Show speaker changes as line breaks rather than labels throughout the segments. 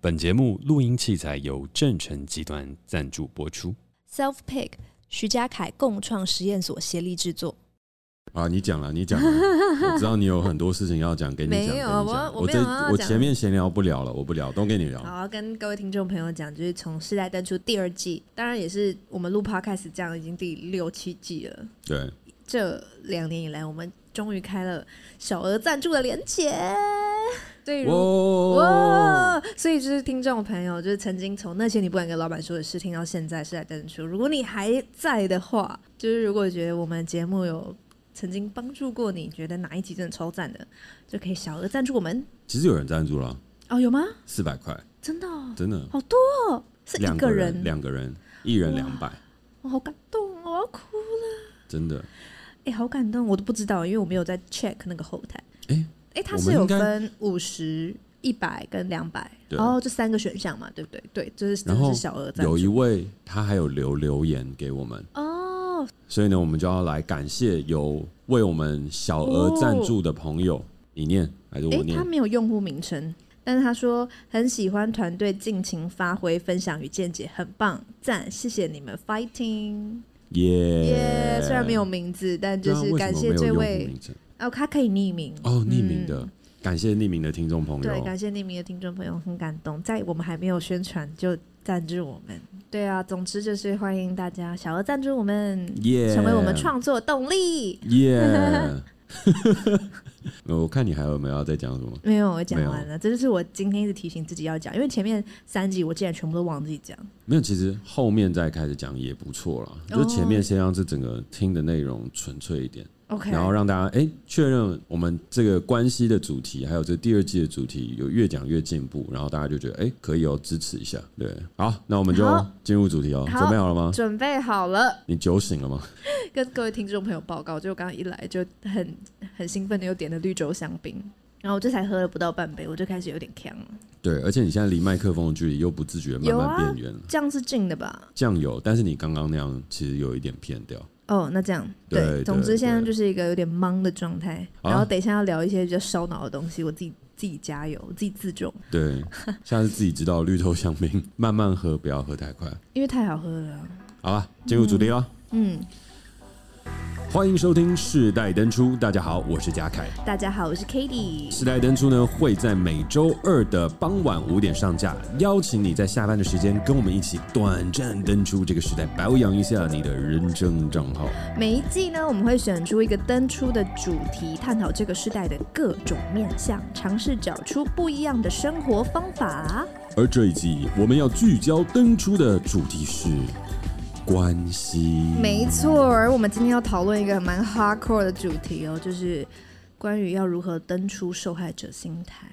本节目录音器材由正成集团赞助播出。
Self Pick 徐家凯共创实验所协力制作。
啊，你讲了，你 讲了，我知道你有很多事情要讲，给你讲，
没有
给你讲
我我
我
没有要
这我
讲
前面闲聊不聊了，我不聊，都给你聊。
好，跟各位听众朋友讲，就是从《世代登出》第二季，当然也是我们录 podcast 这样已经第六七季了。
对，
这两年以来，我们终于开了小额赞助的连结。对，如
哇，
哇！所以就是听众朋友，就是曾经从那些你不敢跟老板说的事，听到现在是来登出。如果你还在的话，就是如果觉得我们节目有曾经帮助过你，觉得哪一集真的超赞的，就可以小额赞助我们
其实有人赞助了
哦。有吗？
四百块，
真的、哦，
真的，
好多、哦，是
两
一个
人，
人，
两个人，一人两百，
我好感动，我要哭了。
真的。
哎、好感动，我都不知道，因为我没有在 check 那个后台。
哎
哎、它
我
是
们
有
应该
分五十、一百跟两百，
对
哦，这三个选项嘛，对不对？对，就是真
然
的
后
是小额赞助。
有一位他还有留留言给我们，
哦，
所以呢，我们就要来感谢有为我们小额赞助的朋友，你念还是
哎、
我念
他？没有用户名称，但是他说很喜欢团队尽情发挥、分享与见解，很棒，赞，谢谢你们 fighting 耶
耶
虽然没有名字，但就
那呃啊为
是
什
感
么
谢
没有
这
用户
位
名称
哦，他可以匿名嗯
哦，匿名的，感谢匿名的听众朋
对，
友。
感谢匿名的听众朋友，很感动，在我们还没有宣传就赞助我们。对啊，总之就是欢迎大家小额赞助我们
耶
成为我们创作动力。
耶。 我看你还有没有要再讲什么？
没有，我讲完了，这就是我今天一直提醒自己要讲，因为前面三集我竟然全部都忘记讲。
没有，其实后面再开始讲也不错啦。
哦
就前面先让这整个听的内容纯粹一点，
OK，
然后让大家哎确、认我们这个关系的主题，还有这第二季的主题有越讲越进步，然后大家就觉得哎、可以哦，支持一下。对，好，那我们就
好
进入主题哦。
好
准备好了吗？
准备好了，
你酒醒了吗？
跟各位听众朋友报告，就我刚刚一来就很很兴奋的又点了绿洲香槟，然后我这才喝了不到半杯，我就开始有点呛了。
对，而且你现在离麦克风的距离又不自觉慢
有
慢
啊
变远了。
这样是近的吧？
酱油，但是你刚刚那样其实有一点偏掉。
哦，那这样
对对
总之现在
对
就是一个有点懵的状态，
好啊
然后等一下要聊一些比较烧脑的东西，我自己自己加油，我自己自重，
对，下次自己知道绿豆香槟，慢慢喝，不要喝太快。
因为太好喝了。
好吧，进入主题了。
嗯，
欢迎收听《世代登出》，大家好，我是嘉凯。
大家好，我是 k a t i
《世代登出》呢会在每周二的傍晚五点上架，邀请你在下班的时间跟我们一起短暂登出这个时代，保养一下你的人生账号。
e 每一季呢，我们会选出一个登出的主题，探讨这个时代的各种面向，尝试找出不一样的生活方法。
而这一季我们要聚焦登出的主题是关系。
没错，而我们今天要讨论一个蛮 hardcore 的主题哦，就是关于要如何登出受害者心态。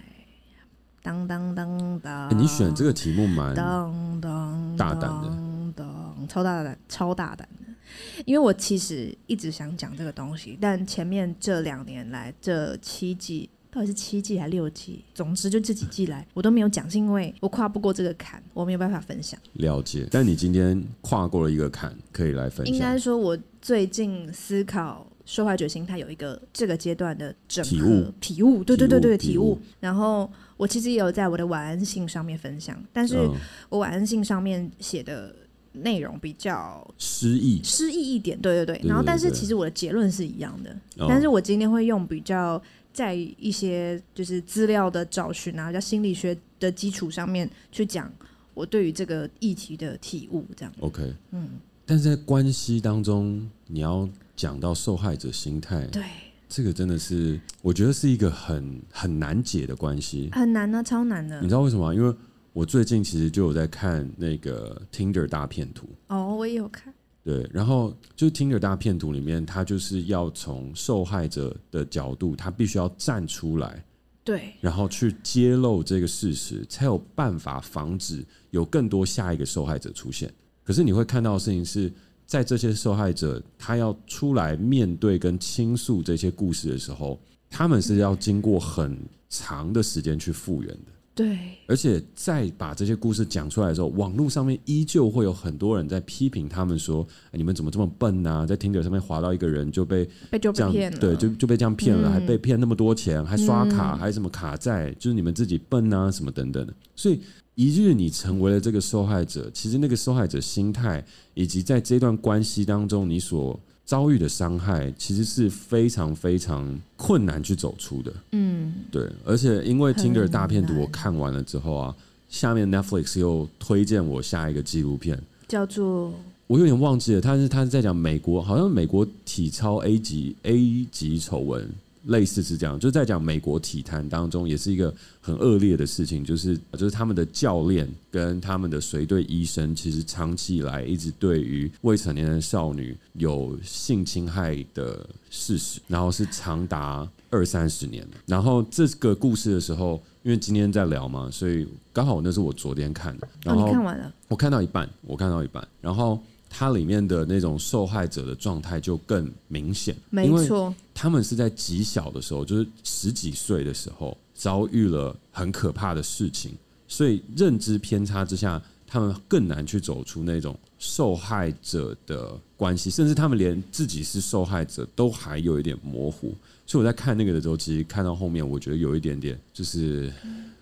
当当当当，
欸你选这个题目蛮
当当
大胆的
当当，超大胆，超大胆的。因为我其实一直想讲这个东西，但前面这两年来这七季，到底是七季还是六季？总之就这几季来，我都没有讲，是因为我跨不过这个坎，我没有办法分享。
了解，但你今天跨过了一个坎，可以来分
应该
享。
说，我最近思考受害者心态有一个这个阶段的整合
体悟，
体悟，对对对对，
体
体
悟
悟。然后我其实也有在我的晚安信上面分享，但是
嗯，
我晚安信上面写的内容比较
失忆，
诗意一点，对对对。
对
然后，但
对
是
对
其实我的结论是一样的，
嗯
但是我今天会用比较在一些就是资料的找寻啊，叫心理学的基础上面去讲我对于这个议题的体悟，这样。
OK，
嗯，
但是在关系当中，你要讲到受害者心态，
对，
这个真的是我觉得是一个很很难解的关系。
很难呢，超难的
你。知道为什么吗？因为我最近其实就有在看那个 Tinder 大片图，
哦，我也有看，
对，然后就是 Tinder 大片图里面，它就是要从受害者的角度，他必须要站出来，
对，
然后去揭露这个事实，才有办法防止有更多下一个受害者出现。可是你会看到的事情是，在这些受害者他要出来面对跟倾诉这些故事的时候，他们是要经过很长的时间去复原的。
对，
而且在把这些故事讲出来的时候，网络上面依旧会有很多人在批评他们说：“哎你们怎么这么笨啊？在 Tinder 上面划到一个人就被
被就
这
被骗
样
了，
对，就就被这样骗了，
嗯
还被骗那么多钱，还刷卡，还什么卡债，就是你们自己笨啊，什么等等的。所以一日你成为了这个受害者，其实那个受害者心态以及在这段关系当中你所遭遇的伤害，其实是非常非常困难去走出的。
嗯，
对，而且因为
很
Tinder 大片图
难
我看完了之后啊，下面 Netflix 又推荐我下一个纪录片，
叫做哦
我有点忘记了，他是他是在讲美国，好像美国体操 A 级 A 级丑闻，类似是这样，就是在讲美国体坛当中也是一个很恶劣的事情，就是就是他们的教练跟他们的随队医生，其实长期以来一直对于未成年的少女有性侵害的事实，然后是长达二三十年的。然后这个故事的时候，因为今天在聊嘛，所以刚好那是我昨天看的，
哦，
然后
你看完了，
我看到一半，我看到一半，然后它里面的那种受害者的状态就更明显，
没
因为
错，
他们是在极小的时候，就是十几岁的时候，遭遇了很可怕的事情，所以认知偏差之下，他们更难去走出那种受害者的关系，甚至他们连自己是受害者都还有一点模糊。所以我在看那个的时候，其实看到后面，我觉得有一点点就是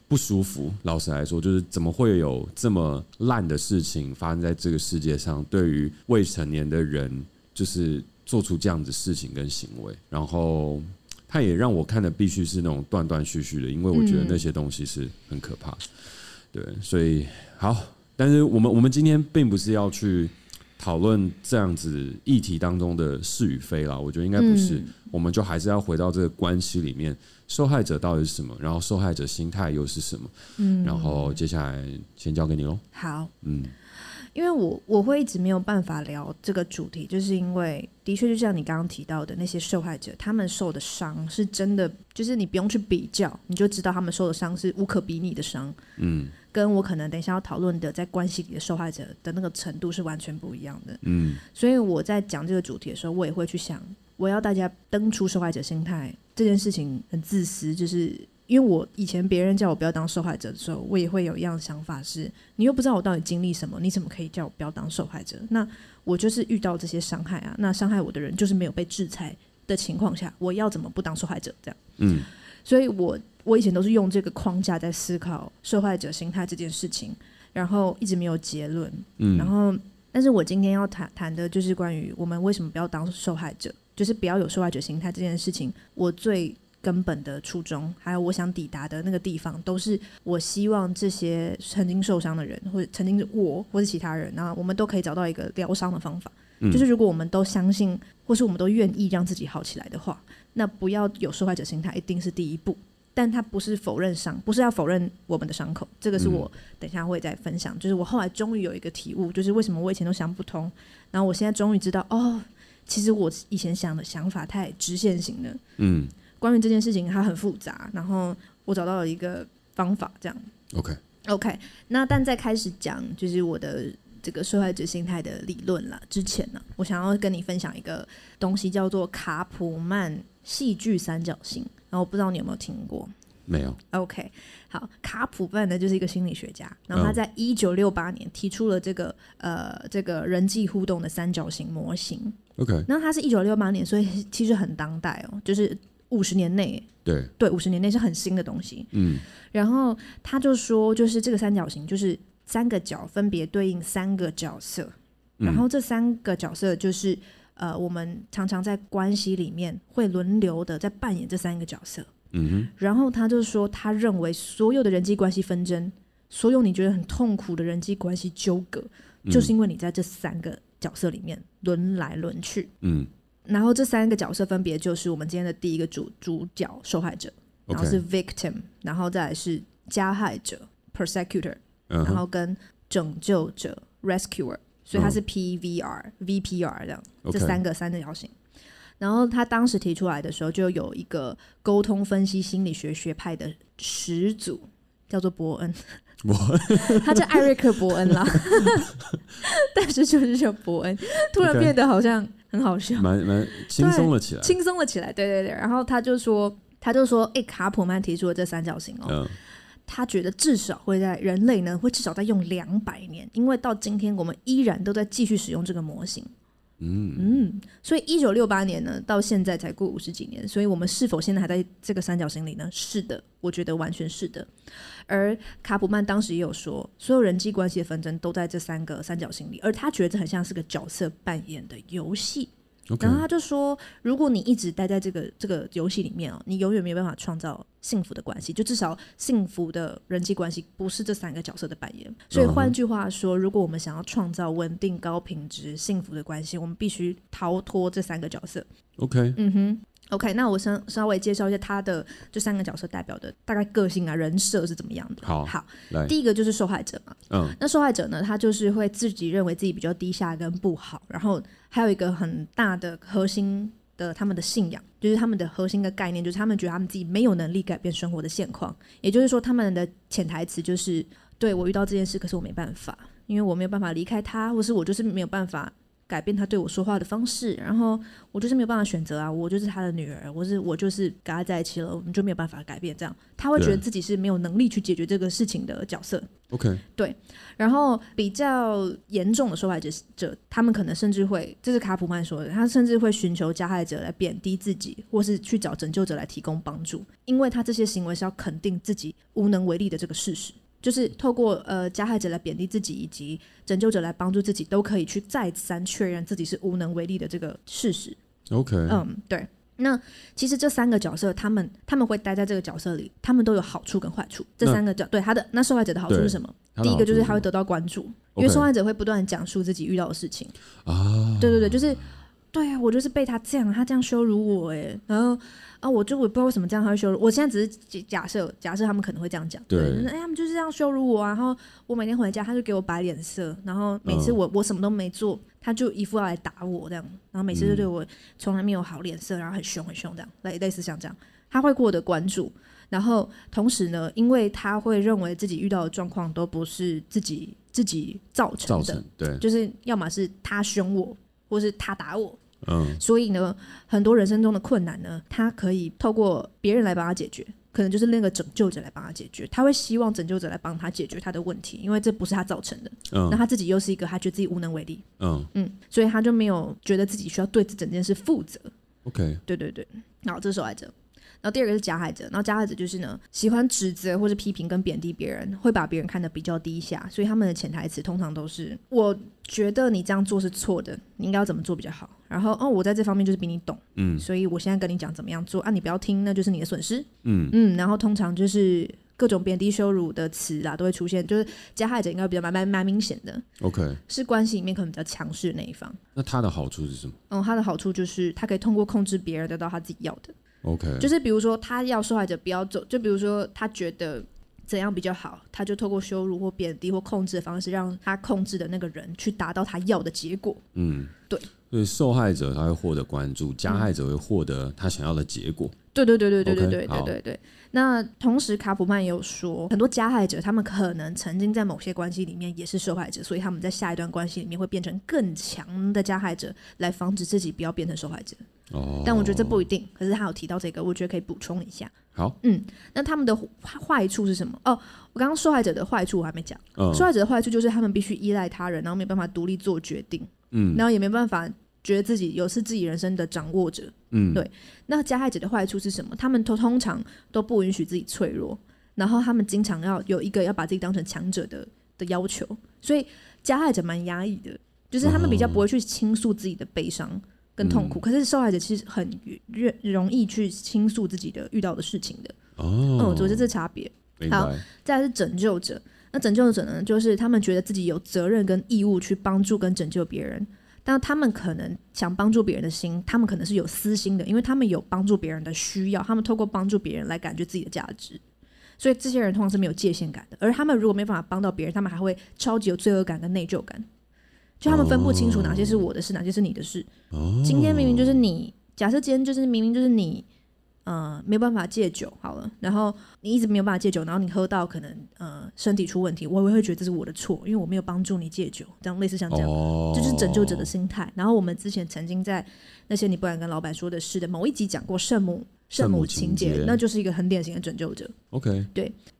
不舒服。老实来说，就是怎么会有这么烂的事情发生在这个世界上？对于未成年的人，就是做出这样子事情跟行为，然后他也让我看的必须是那种断断续续的，因为我觉得那些东西是很可怕的。对，所以好，但是我们我们今天并不是要去讨论这样子议题当中的是与非啦，我觉得应该不是，
嗯
我们就还是要回到这个关系里面，受害者到底是什么，然后受害者心态又是什么，
嗯，
然后接下来先交给你喽，
好，
嗯，
因为我我会一直没有办法聊这个主题，就是因为的确就像你刚刚提到的，那些受害者他们受的伤是真的，就是你不用去比较，你就知道他们受的伤是无可比拟的伤。
嗯，
跟我可能等一下要讨论的在关系里的受害者的那个程度是完全不一样的。
嗯，
所以我在讲这个主题的时候，我也会去想，我要大家登出受害者心态这件事情很自私，就是因为我以前别人叫我不要当受害者的时候，我也会有一样的想法是，你又不知道我到底经历什么，你怎么可以叫我不要当受害者？那我就是遇到这些伤害啊，那伤害我的人就是没有被制裁的情况下，我要怎么不当受害者？这样，
嗯，
所以我我以前都是用这个框架在思考受害者心态这件事情，然后一直没有结论，
嗯
然后但是我今天要谈谈的就是关于我们为什么不要当受害者，就是不要有受害者心态这件事情，我最。根本的初衷，还有我想抵达的那个地方，都是我希望这些曾经受伤的人，或者曾经我，或是其他人啊，我们都可以找到一个疗伤的方法。
嗯
就是如果我们都相信，或是我们都愿意让自己好起来的话，那不要有受害者心态，一定是第一步。但他不是否认伤，不是要否认我们的伤口，这个是我等一下会再分享。就是我后来终于有一个体悟，就是为什么我以前都想不通，然后我现在终于知道，哦，其实我以前想的想法太直线型了。
嗯
关于这件事情，它很复杂，然后我找到了一个方法，这样。
，OK，
OK，那但在开始讲就是我的这个受害者心态的理论啦之前呢、我想要跟你分享一个东西，叫做卡普曼戏剧三角形。然后我不知道你有没有听过
没有，
？OK，好，卡普曼呢就是一个心理学家，然后他
嗯
在一九六八年提出了这个呃这个人际互动的三角形模型。
OK，
那他是一九六八年，所以其实很当代哦，就是五十年内
对，
对，五十年内是很新的东西。
嗯
然后他就说，就是这个三角形，就是三个角分别对应三个角色，
嗯
然后这三个角色就是呃，我们常常在关系里面会轮流的在扮演这三个角色。
嗯
然后他就说，他认为所有的人际关系纷争，所有你觉得很痛苦的人际关系纠葛，
哼，
就是因为你在这三个角色里面轮来轮去。
嗯
然后这三个角色分别就是我们今天的第一个主主角受害者，然后是
，OK，
victim，然后再来是加害者 persecutor，
嗯
然
哼
后跟拯救者 rescuer，所以它
嗯
是 PVR、VPR 这样这
，OK，
三个三角形。然后他当时提出来的时候，就有一个沟通分析心理学学派的始祖，叫做伯恩，
我
他叫艾瑞克·伯恩啦， 但是就是叫伯恩，突然
OK。
变得好像很好笑
蛮蛮轻松了起来，
轻松了起来，对对对。然后他就说，他就说，哎、卡普曼提出了这三角形哦，
嗯
他觉得至少会在人类呢，会至少再用两百年，因为到今天我们依然都在继续使用这个模型。嗯，所以一九六八年呢，到现在才过五十几年，所以我们是否现在还在这个三角形里呢？是的，我觉得完全是的。而卡普曼当时也有说，所有人际关系的纷争都在这三个三角形里，而他觉得这很像是个角色扮演的游戏。
OK，
然后他就说，如果你一直待在这个这个游戏里面哦，你永远没有办法创造幸福的关系，就至少幸福的人际关系不是这三个角色的扮演。所以
嗯哼
换句话说，如果我们想要创造稳定、高品质、幸福的关系，我们必须逃脱这三个角色。
OK，
嗯哼。OK，那我稍稍微介绍一下他的这三个角色代表的大概个性啊、人设是怎么样的。
好
好，
来，
第一个就是受害者嘛，
嗯，
那受害者呢，他就是会自己认为自己比较低下跟不好，然后还有一个很大的核心的他们的信仰，就是他们的核心的概念，就是他们觉得他们自己没有能力改变生活的现况，也就是说他们的潜台词就是，对我遇到这件事，可是我没办法，因为我没有办法离开他，或是我就是没有办法。改变他对我说话的方式，然后我就是没有办法选择啊，我就是他的女儿，我是我就是跟他在一起了，我们就没有办法改变这样，他会觉得
对
自己是没有能力去解决这个事情的角色。
OK，
然后比较严重的受害者者，他们可能甚至会，这是卡普曼说的，哎他甚至会寻求加害者来贬低自己，或是去找拯救者来提供帮助，因为他这些行为是要肯定自己无能为力的这个事实。就是透过呃加害者来贬低自己，以及拯救者来帮助自己，都可以去再三确认自己是无能为力的这个事实。
OK，
嗯，对。那其实这三个角色，他们他们会待在这个角色里，他们都有好处跟坏处。这
那
三个角对他的那受害者的好处
对
是什么？
他的
第一个就是
好
他
处
会得到关注，因
OK
为受害者会不断地讲述自己遇到的事情。
啊，
对对对，就是对啊，我就是被他这样，他这样羞辱我哎，然后啊，我就我不知道为什么这样他会羞辱我。我现在只是假假设，假设他们可能会这样讲，
对
就是哎，他们就是这样羞辱我啊，然后我每天回家他就给我摆脸色，然后每次
嗯
我、我什么都没做，他就一副要来打我这样，然后每次就
嗯
对我从来没有好脸色，然后很凶很凶这样，类类似像这样，他会获得关注。然后同时呢，因为他会认为自己遇到的状况都不是自己自己造成
造
的，
成对，
就是要么是他凶我，或是他打我。
嗯
所以呢，很多人生中的困难呢，他可以透过别人来帮他解决，可能就是那个拯救者来帮他解决。他会希望拯救者来帮他解决他的问题，因为这不是他造成的。那
嗯
他自己又是一个他觉得自己无能为力，
嗯
嗯，所以他就没有觉得自己需要对这整件事负责。
，OK，
对对对，然后这是受害者。然后第二个是加害者，然后加害者就是呢，喜欢指责或是批评跟贬低别人，会把别人看得比较低下，所以他们的潜台词通常都是：我觉得你这样做是错的，你应该要怎么做比较好。然后哦，我在这方面就是比你懂，
嗯
所以我现在跟你讲怎么样做啊，你不要听，那就是你的损失。
嗯
嗯，然后通常就是各种贬低羞辱的词啊啦，都会出现，就是加害者应该比较蛮蛮蛮明显的，
，OK，
是关系里面可能比较强势的那一方。
那他的好处是什么
嗯，他的好处就是他可以通过控制别人得到他自己要的。
？OK，
就是比如说他要受害者不要走，就比如说他觉得怎样比较好，他就透过羞辱或贬低或控制的方式，让他控制的那个人去达到他要的结果。
嗯，
对，
所以受害者他会获得关注，加害者会获得他想要的结果。
对对对对对
OK，
对对对
好
对对。那同时，卡普曼也有说，很多加害者他们可能曾经在某些关系里面也是受害者，所以他们在下一段关系里面会变成更强的加害者，来防止自己不要变成受害者。
哦，
但我觉得这不一定。可是他有提到这个，我觉得可以补充一下。嗯
好，
那他们的坏坏处是什么？哦，我刚刚受害者的坏处我还没讲。
嗯
受害者的坏处就是他们必须依赖他人，然后没办法独立做决定，
嗯
然后也没办法觉得自己有是自己人生的掌握者。
嗯，
对那加害者的坏处是什么？他们通通常都不允许自己脆弱，然后他们经常要有一个要把自己当成强者的的要求，所以加害者蛮压抑的，就是他们比较不会去倾诉自己的悲伤。跟痛
嗯
苦，可是受害者其实很容容易去倾诉自己的遇到的事情的，嗯，
哦，
我觉得这差别。
明白，
再来是拯救者。那拯救者呢，就是他们觉得自己有责任跟义务去帮助跟拯救别人，但他们可能想帮助别人的心，他们可能是有私心的，因为他们有帮助别人的需要，他们透过帮助别人来感觉自己的价值。所以这些人通常是没有界限感的，而他们如果没办法帮到别人，他们还会超级有罪恶感跟内疚感，就他们分不清楚哪些是我的事，哪些是你的事。
哦，
今天明明就是你，假设今天就是明明就是你，呃，没有办法戒酒好了，然后你一直没有办法戒酒，然后你喝到可能呃身体出问题，我也会觉得这是我的错，因为我没有帮助你戒酒，这样类似像这样，
哦，
这就是拯救者的心态。然后我们之前曾经在那些你不敢跟老板说的事的某一集讲过圣母圣
圣母
母
情
情
节
节，那就是一个很典型的拯救者。
OK，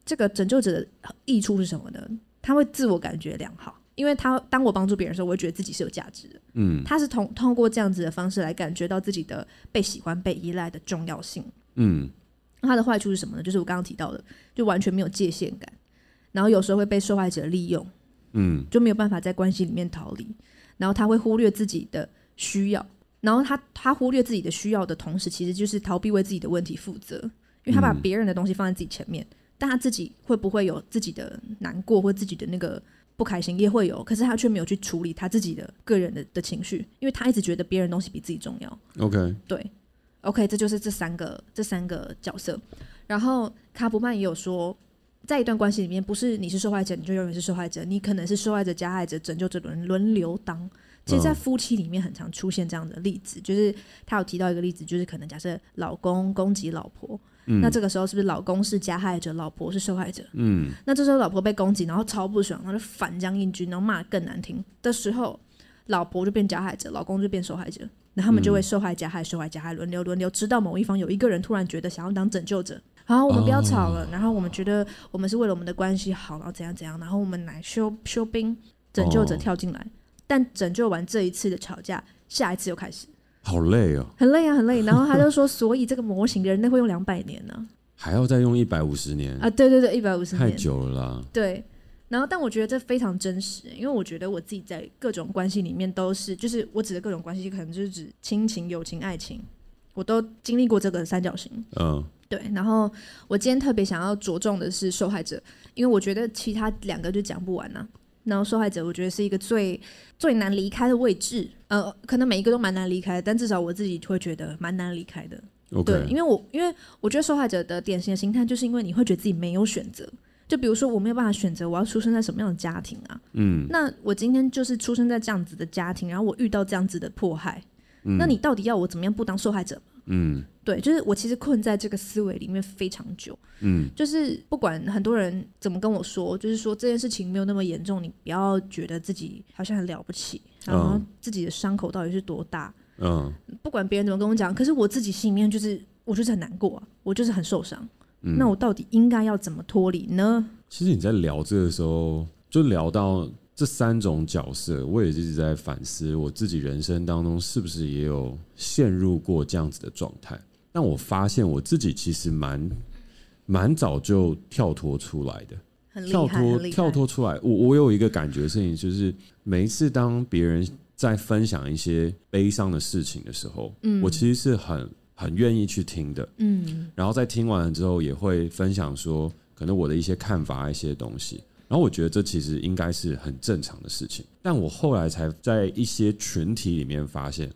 这个拯救者的益处是什么呢？他会自我感觉良好，因为他当我帮助别人的时候，我会觉得自己是有价值的。
嗯
他是通通过这样子的方式来感觉到自己的被喜欢、被依赖的重要性。
嗯，
那它的坏处是什么呢？就是我刚刚提到的，就完全没有界限感，然后有时候会被受害者利用，
嗯，
就没有办法在关系里面逃离，然后他会忽略自己的需要，然后他他忽略自己的需要的同时，其实就是逃避为自己的问题负责，因为他把
嗯
别人的东西放在自己前面，但他自己会不会有自己的难过或自己的那个不开心也会有，可是他却没有去处理他自己的个人的的情绪，因为他一直觉得别人的东西比自己重要。
OK，
对，OK，这就是这三个这三个角色。然后卡普曼也有说，在一段关系里面，不是你是受害者，你就永远是受害者，你可能是受害者、加害者、拯救者轮轮流当。其实，在
嗯
夫妻里面很常出现这样的例子，就是他有提到一个例子，就是可能假设老公攻击老婆，那这个时候是不是老公是加害者，老婆是受害者？
嗯
那这时候老婆被攻击，然后超不爽，然后就反将一军，然后骂得更难听的时候，老婆就变加害者，老公就变受害者，然后他们就会受害加害，受害加害轮流轮流，直到某一方有一个人突然觉得想要当拯救者。好，我们不要吵
哦
了。然后我们觉得我们是为了我们的关系好，然后怎样怎样，然后我们来休休兵，拯救者
哦
跳进来。但拯救完这一次的吵架，下一次又开始，
好累哦，
很累啊，很类。然后他就说，所以这个模型人类会用两百年呢、
还要再用一百五十年
啊，，对对对，一百五十
太
年，
久了啦。
对，然后但我觉得这非常真实，因为我觉得我自己在各种关系里面都是，就是我指的各种关系，可能就是指亲情、友情、爱情，我都经历过这个三角形。
嗯
对，然后我今天特别想要着重的是受害者，因为我觉得其他两个就讲不完呐、啊然后受害者，我觉得是一个最最难离开的位置，呃，可能每一个都蛮难离开的，但至少我自己会觉得蛮难离开的。对，因
，OK，
为我因为我觉得受害者的典型的心态，就是因为你会觉得自己没有选择。就比如说，我没有办法选择我要出生在什么样的家庭啊。
嗯
那我今天就是出生在这样子的家庭，然后我遇到这样子的迫害，
嗯
那你到底要我怎么样不当受害者？
嗯
对，就是我其实困在这个思维里面非常久。
嗯
就是不管很多人怎么跟我说，就是说这件事情没有那么严重，你不要觉得自己好像很了不起，然后
嗯
自己的伤口到底是多大，
嗯
不管别人怎么跟我讲，可是我自己心里面就是我就是很难过啊、我就是很受伤。
嗯，
那我到底应该要怎么脱离呢？
其实你在聊这个时候，就聊到这三种角色，我也一直在反思我自己人生当中是不是也有陷入过这样子的状态。但我发现我自己其实蛮蛮早就跳脱出来的，
很厉
跳
害，很
脱
厉害，
跳脱出来。我我有一个感觉事情，就是每一次当别人在分享一些悲伤的事情的时候，
嗯
我其实是很很愿意去听的。
嗯
然后在听完了之后，也会分享说可能我的一些看法、啊一些东西。然后我觉得这其实应该是很正常的事情，但我后来才在一些群体里面发现，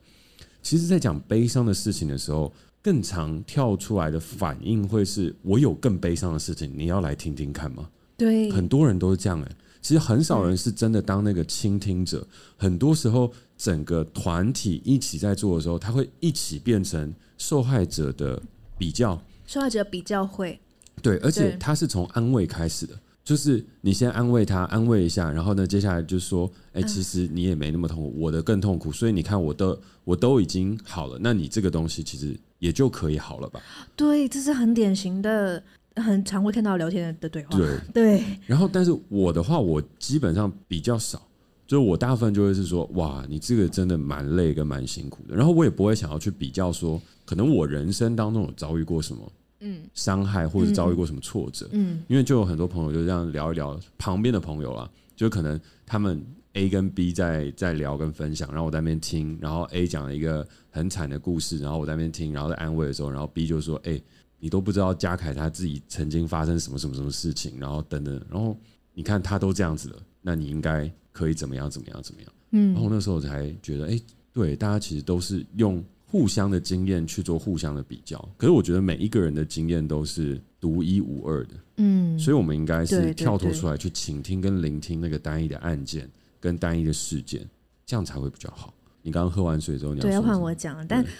其实在讲悲伤的事情的时候，更常跳出来的反应会是我有更悲伤的事情，你要来听听看吗？
对，
很多人都是这样哎、其实很少人是真的当那个倾听者，很多时候整个团体一起在做的时候，他会一起变成受害者的比较，
受害者比较会，
对，而且
对
他是从安慰开始的，就是你先安慰他，安慰一下，然后呢，接下来就说，哎、其实你也没那么痛苦，我的更痛苦，所以你看，我都我都已经好了，那你这个东西其实也就可以好了吧？
对，这是很典型的，很常会看到聊天的对话，
对。
对，
然后，但是我的话，我基本上比较少，就是我大部分就会是说，哇，你这个真的蛮累跟蛮辛苦的。然后我也不会想要去比较说，可能我人生当中有遭遇过什么，嗯，伤害或者遭遇过什么挫折，
嗯，
因为就有很多朋友就这样聊一聊，旁边的朋友啊，就可能他们 A 跟 B 在在聊跟分享，然后我在那边听，然后 A 讲了一个很惨的故事，然后我在那边听，然后在安慰的时候，然后 B 就说：“哎、你都不知道嘉凯他自己曾经发生什么什么什么事情，然后等等，然后你看他都这样子了，那你应该可以怎么样怎么样怎么样。”然后
嗯，
那时候我才觉得，哎、对，大家其实都是用互相的经验去做互相的比较，可是我觉得每一个人的经验都是独一无二的。
嗯，
所以我们应该
对
是
对
跳脱
对
出来去倾听跟聆听那个单一的案件跟单一的事件，这样才会比较好。你刚刚喝完水之后，你要
对，要
说
换
什么
我讲啊了，但
对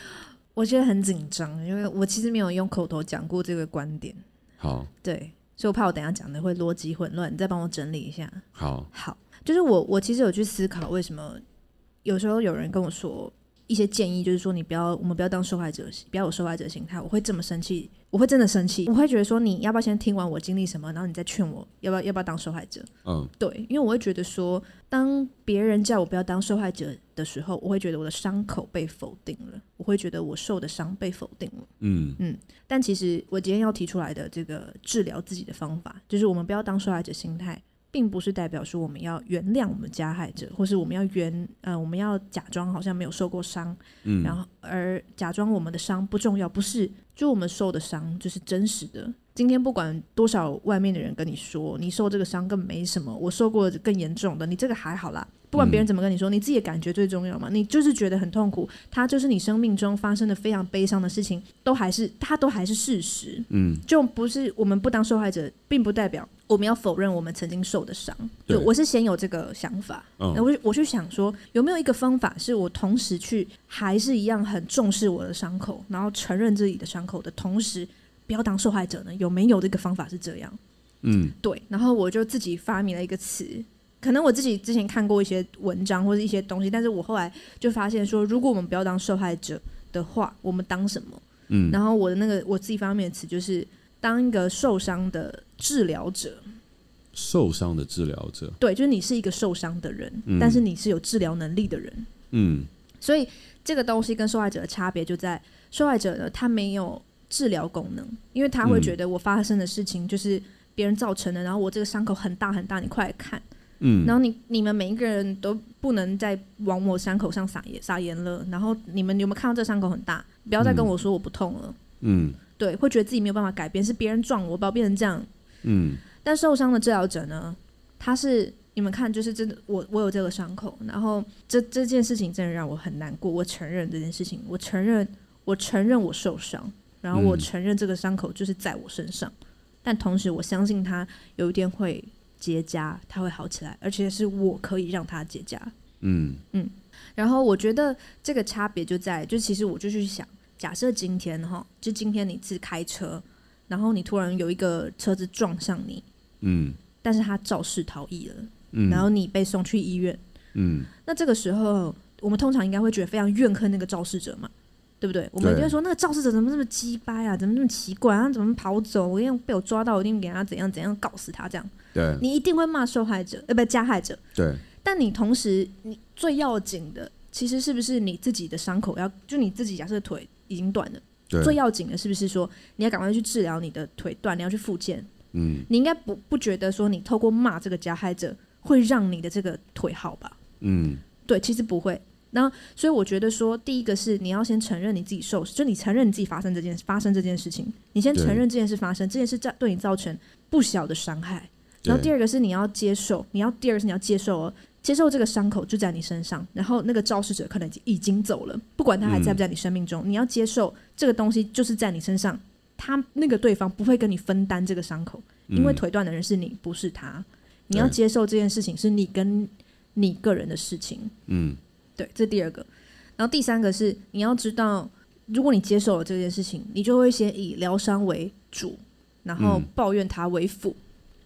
我觉得很紧张，因为我其实没有用口头讲过这个观点，
好
对，所以我怕我等一下讲的会逻辑混乱，你再帮我整理一下。
好
好，就是我我其实有去思考为什么有时候有人跟我说，一些建议，就是说你不要，我们不要当受害者，不要有受害者心态。我会这么生气，我会真的生气，我会觉得说你要不要先听完我经历什么，然后你再劝我要不要要不要当受害者。
嗯，
对，因为我会觉得说，当别人叫我不要当受害者的时候，我会觉得我的伤口被否定了，我会觉得我受的伤被否定了。
嗯，
但其实我今天要提出来的这个治疗自己的方法，就是我们不要当受害者心态，并不是代表说我们要原谅我们加害者，或是我们要原呃我们要假装好像没有受过伤，嗯，然后而假装我们的伤不重要，不是，就我们受的伤就是真实的。今天不管多少外面的人跟你说你受这个伤根本没什么，我受过更严重的，你这个还好啦。不管别人怎么跟你说，你自己的感觉最重要嘛。你就是觉得很痛苦，它就是你生命中发生的非常悲伤的事情，都还是它都还是事实。嗯，就不是我们不当受害者，并不代表我们要否认我们曾经受的伤。
对
我是先有这个想法，
嗯
那我就我去想说，有没有一个方法是我同时去还是一样很重视我的伤口，然后承认自己的伤口的同时，不要当受害者呢？有没有这个方法是这样？
嗯，
对，然后我就自己发明了一个词，可能我自己之前看过一些文章或者一些东西，但是我后来就发现说，如果我们不要当受害者的话，我们当什么？
嗯
然后我的那个我自己发明的词就是当一个受伤的治疗者，
受伤的治疗者，
对，就是你是一个受伤的人，
嗯
但是你是有治疗能力的人，
嗯
所以这个东西跟受害者的差别就在受害者呢，他没有治疗功能，因为他会
嗯
觉得我发生的事情就是别人造成的，然后我这个伤口很大很大，你快来看。
嗯，
然后你你们每一个人都不能再往我伤口上撒盐撒盐了。然后你们有没有看到这伤口很大？不要再跟我说我不痛了。
嗯
对，会觉得自己没有办法改变，是别人撞我，把我变成这样。
嗯
但受伤的治疗者呢，他是你们看，就是真的，我我有这个伤口，然后这这件事情真的让我很难过。我承认这件事情，我承认，我承认我受伤，然后我
嗯
承认这个伤口就是在我身上，但同时我相信它有一天会结痂，它会好起来，而且是我可以让它结痂。
嗯
然后我觉得这个差别就在，就其实我就去想，假设今天哈，就今天你是开车，然后你突然有一个车子撞上你，
嗯
但是他肇事逃逸了，
嗯，
然后你被送去医院。
嗯
那这个时候，我们通常应该会觉得非常怨恨那个肇事者嘛，对不对？我们
对
就会说那个肇事者怎么这么鸡掰啊，怎么这么奇怪啊，他怎么跑走？我一定被我抓到，我一定给他怎样怎样，搞死他这样。
对
你一定会骂受害者，呃，不加害者。
对，
但你同时，你最要紧的其实是不是你自己的伤口要，就你自己假设腿已经断了，
对
最要紧的是不是说你要赶快去治疗你的腿断，你要去复健，
嗯
你应该不不觉得说你透过骂这个加害者会让你的这个腿好吧？
嗯
对，其实不会。那所以我觉得说，第一个是你要先承认你自己受，就你承认你自己发生这件发生这件事情，你先承
对
认这件事发生，这件事造对你造成不小的伤害。然后第
二，
二个是你要接受，你要第二个是你要接受哦，接受这个伤口就在你身上，然后那个肇事者可能已经已经走了，不管他还在不在你生命中，你要接受这个东西就是在你身上，他那个对方不会跟你分担这个伤口，因为
嗯
腿断的人是你，不是他，你要
对
接受这件事情是你跟你个人的事情，
嗯
对，这第二个。然后第三个是你要知道，如果你接受了这件事情，你就会先以疗伤为主，然后
嗯
抱怨他为辅。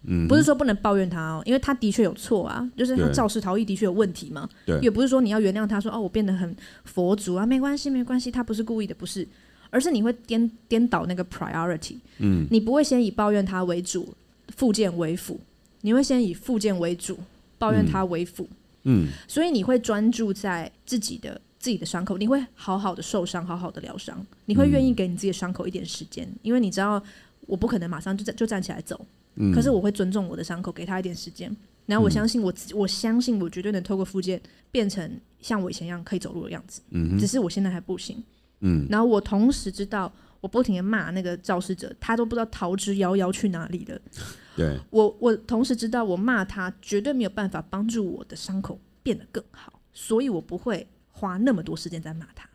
嗯，
不是说不能抱怨他哦，因为他的确有错啊，就是他
对
肇事逃逸的确有问题嘛。
对
也不是说你要原谅他说哦，我变得很佛祖啊，没关系，没关系，他不是故意的，不是，而是你会颠颠倒那个 priority，
嗯
你不会先以抱怨他为主，复健为辅，你会先以复健为主，抱怨他为辅，
嗯
所以你会专注在自己的。自己的伤口，你会好好的受伤，好好的疗伤，你会愿意给你自己的伤口一点时间，因为你知道我不可能马上就站就站起来走，
嗯，
可是我会尊重我的伤口，给他一点时间。然后我相信我自，我相信我绝对能透过复健变成像我以前一样可以走路的样子，
嗯
只
哼
是我现在还不行。
嗯
然后我同时知道，我不停的骂那个肇事者，他都不知道逃之夭夭去哪里了。
对，
我我同时知道，我骂他绝对没有办法帮助我的伤口变得更好，所以我不会花那么多时间在骂他，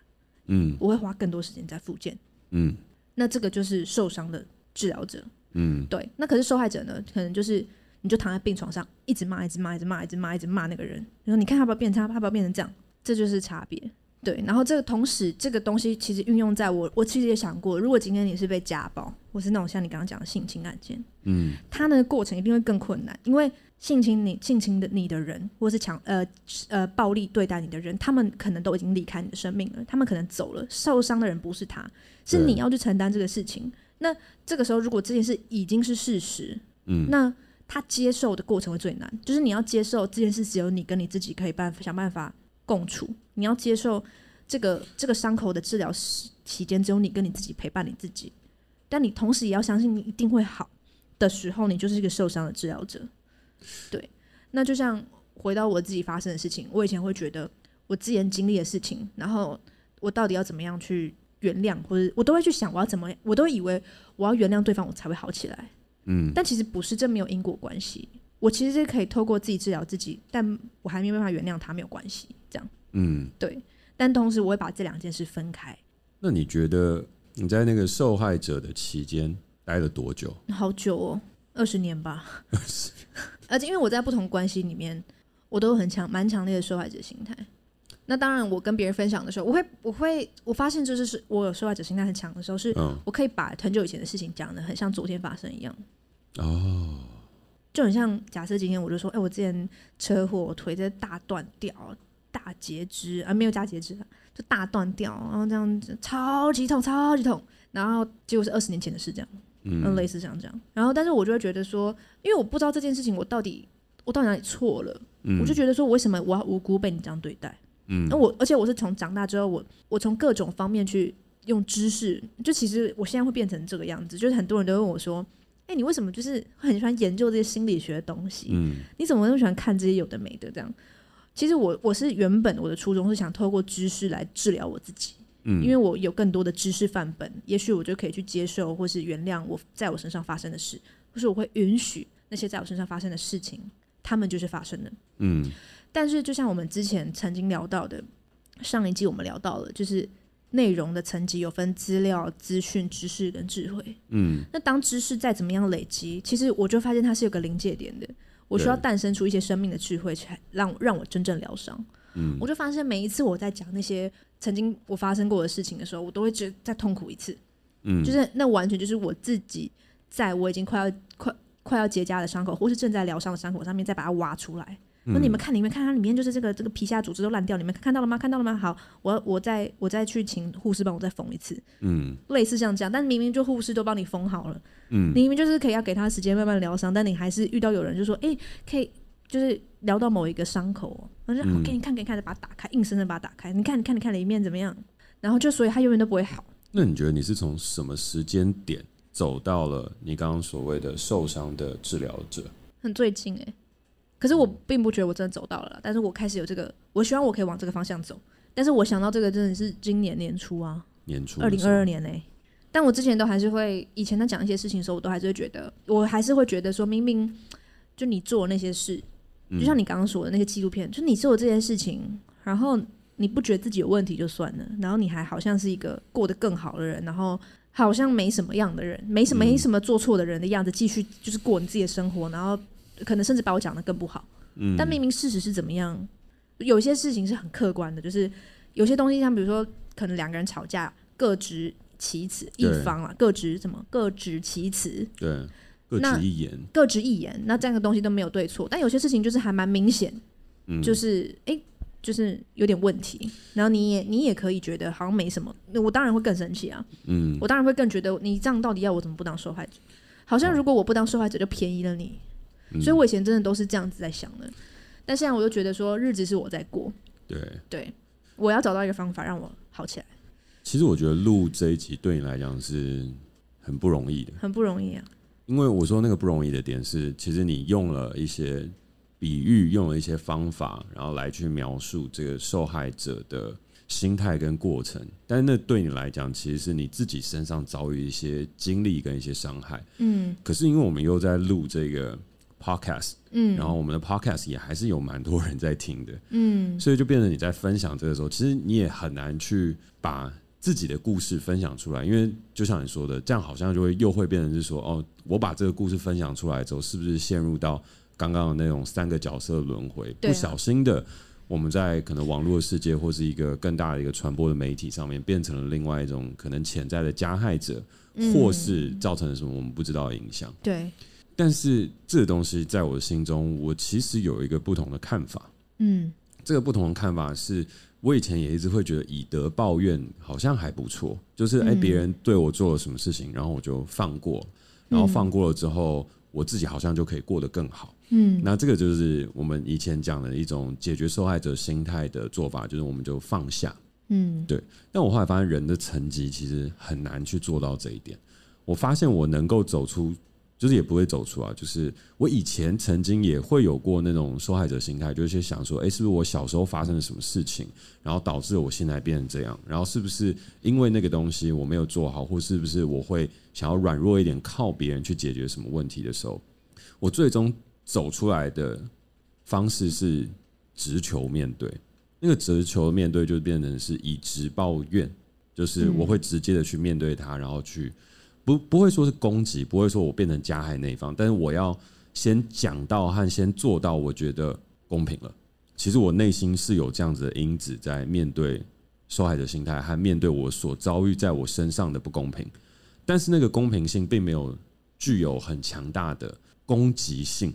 嗯
我会花更多时间在复健。
嗯
那这个就是受伤的治疗者，
嗯
对，那可是受害者呢，可能就是你就躺在病床上，一直骂，一直骂，一直骂，一直骂，一直骂那个人，然后你看他要不要变成他，他要不要变成这样，这就是差别。对，然后这个同时，这个东西其实运用在我，我其实也想过，如果今天你是被家暴，或是那种像你刚刚讲的性侵案件，
嗯
它的过程一定会更困难，因为性侵你、性侵的你的人，或是强呃呃暴力对待你的人，他们可能都已经离开你的生命了，他们可能走了，受伤的人不是他，是
对
你要去承担这个事情。那这个时候，如果这件事已经是事实，
嗯，
那他接受的过程会最难，就是你要接受这件事只有你跟你自己可以办法想办法共处，你要接受这个这个伤口的治疗时期间只有你跟你自己陪伴你自己，但你同时也要相信你一定会好的时候，你就是一个受伤的治疗者。对，那就像回到我自己发生的事情，我以前会觉得我之前经历的事情，然后我到底要怎么样去原谅，或者我都会去想我要怎么，我都以为我要原谅对方我才会好起来。但其实不是，这没有因果关系。我其实是可以透过自己治疗自己，但我还没有办法原谅他，没有关系。这样
嗯，
对，但同时我会把这两件事分开，
那你觉得你在那个受害者的期间待了多久？
好久哦，二十年吧。而且因为我在不同关系里面，我都有很强、蛮强烈的受害者心态。那当然，我跟别人分享的时候，我会、我会、我发现，就是是我有受害者心态很强的时候，是
嗯，
我可以把很久以前的事情讲的很像昨天发生一样。
哦，
就很像假设今天我就说，哎、我之前车祸，我腿在大断掉，大截肢啊，没有加截肢啊，就大断掉，然后这样子超级痛，超级痛，然后结果是二十年前的事，这样，嗯，类似像这样，然后但是我就会觉得说，因为我不知道这件事情我到底我到底哪里错了，我就觉得说，为什么我要无辜被你这样对待？嗯，那我而且我是从长大之后，我我从各种方面去用知识，就其实我现在会变成这个样子，就是很多人都问我说。哎、你为什么就是会很喜欢研究这些心理学的东西？
嗯
你怎么那么喜欢看这些有的没的这样？其实我我是原本我的初衷是想透过知识来治疗我自己，
嗯，
因为我有更多的知识范本，也许我就可以去接受或是原谅我在我身上发生的事，或是我会允许那些在我身上发生的事情，他们就是发生的。
嗯
但是就像我们之前曾经聊到的，上一季我们聊到了，就是内容的层级有分资料、资讯、知识跟智慧。
嗯
那当知识再怎么样累积，其实我就发现它是有个临界点的。我需要
对
诞生出一些生命的智慧，才让让我真正疗伤。
嗯
我就发现每一次我在讲那些曾经我发生过的事情的时候，我都会觉得再痛苦一次。
嗯，
就是那完全就是我自己，在我已经快要快快要结痂的伤口，或是正在疗伤的伤口上面，再把它挖出来。
嗯
那你们看，你们看它里面就是这个这个皮下组织都烂掉，你们看到了吗？看到了吗？好，我我再我再去请护士帮我再缝一次，
嗯
类似像这样。但明明就护士都帮你缝好了，
嗯
你明明就是可以要给他时间慢慢疗伤，但你还是遇到有人就说，哎、可以就是聊到某一个伤口、哦，然后就、
嗯
哦给你看给你看，就把它打开，硬生生把它打开，你看你看你看里面怎么样？然后就所以它永远都不会好。
那你觉得你是从什么时间点走到了你刚刚所谓的受伤的治疗者？
很最近哎、可是我并不觉得我真的走到了啦，但是我开始有这个，我希望我可以往这个方向走。但是我想到这个真的是今年年初啊，
年初
二
的
零
时候
二二，年呢、但我之前都还是会，以前他讲一些事情的时候，我都还是会觉得，我还是会觉得说，明明就你做的那些事，
嗯
就像你刚刚说的那些纪录片，就你做的这件事情，然后你不觉得自己有问题就算了，然后你还好像是一个过得更好的人，然后好像没什么样的人，没什么、
嗯
没什么做错的人的样子，继续就是过你自己的生活，然后可能甚至把我讲的更不好。
嗯
但明明事实是怎么样，有些事情是很客观的，就是有些东西，像比如说，可能两个人吵架，各执其词，一
对
方啊，各执什么，各执其词，
对各
那
执一言，
各执一言，那这样的东西都没有对错，但有些事情就是还蛮明显，
嗯，
就是哎、诶就是有点问题，然后你也你也可以觉得好像没什么，那我当然会更生气啊，
嗯
我当然会更觉得你这样到底要我怎么不当受害者？好像如果我不当受害者就便宜了你，
嗯
所以我以前真的都是这样子在想的，但现在我就觉得说日子是我在过，
对。
对我要找到一个方法让我好起来，
其实我觉得录这一集对你来讲是很不容易的，
很不容易啊。
因为我说那个不容易的点是，其实你用了一些比喻，用了一些方法，然后来去描述这个受害者的心态跟过程，但是那对你来讲，其实是你自己身上遭遇一些经历跟一些伤害。
嗯
可是因为我们又在录这个 podcast，
嗯
然后我们的 podcast 也还是有蛮多人在听的，
嗯
所以就变成你在分享这个时候，其实你也很难去把自己的故事分享出来，因为就像你说的，这样好像就会又会变成是说，哦，我把这个故事分享出来之后，是不是陷入到刚刚的那种三个角色轮回？
对
不
啊
小心的，我们在可能网络世界或是一个更大的一个传播的媒体上面，变成了另外一种可能潜在的加害者，
嗯
或是造成了什么我们不知道的影响。
对
但是这个东西在我的心中，我其实有一个不同的看法。
嗯
这个不同的看法是，我以前也一直会觉得以德报怨好像还不错，就是哎，
嗯
别、人对我做了什么事情，然后我就放过，然后放过了之后，我自己好像就可以过得更好。
嗯
那这个就是我们以前讲的一种解决受害者心态的做法，就是我们就放下。
嗯
但我后来发现，人的层级其实很难去做到这一点。我发现我能够走出，就是也不会走出啊。就是我以前曾经也会有过那种受害者心态，就是想说，诶，是不是我小时候发生了什么事情，然后导致我现在变成这样？然后是不是因为那个东西我没有做好，或是不是我会想要软弱一点，靠别人去解决什么问题的时候，我最终走出来的方式是直球面对。那个直球面对就变成是以直报怨，就是我会直接的去面对他，然后去不不会说是攻击，不会说我变成加害那一方，但是我要先讲到和先做到，我觉得公平了。其实我内心是有这样子的因子在面对受害者心态和面对我所遭遇在我身上的不公平，但是那个公平性并没有具有很强大的攻击性。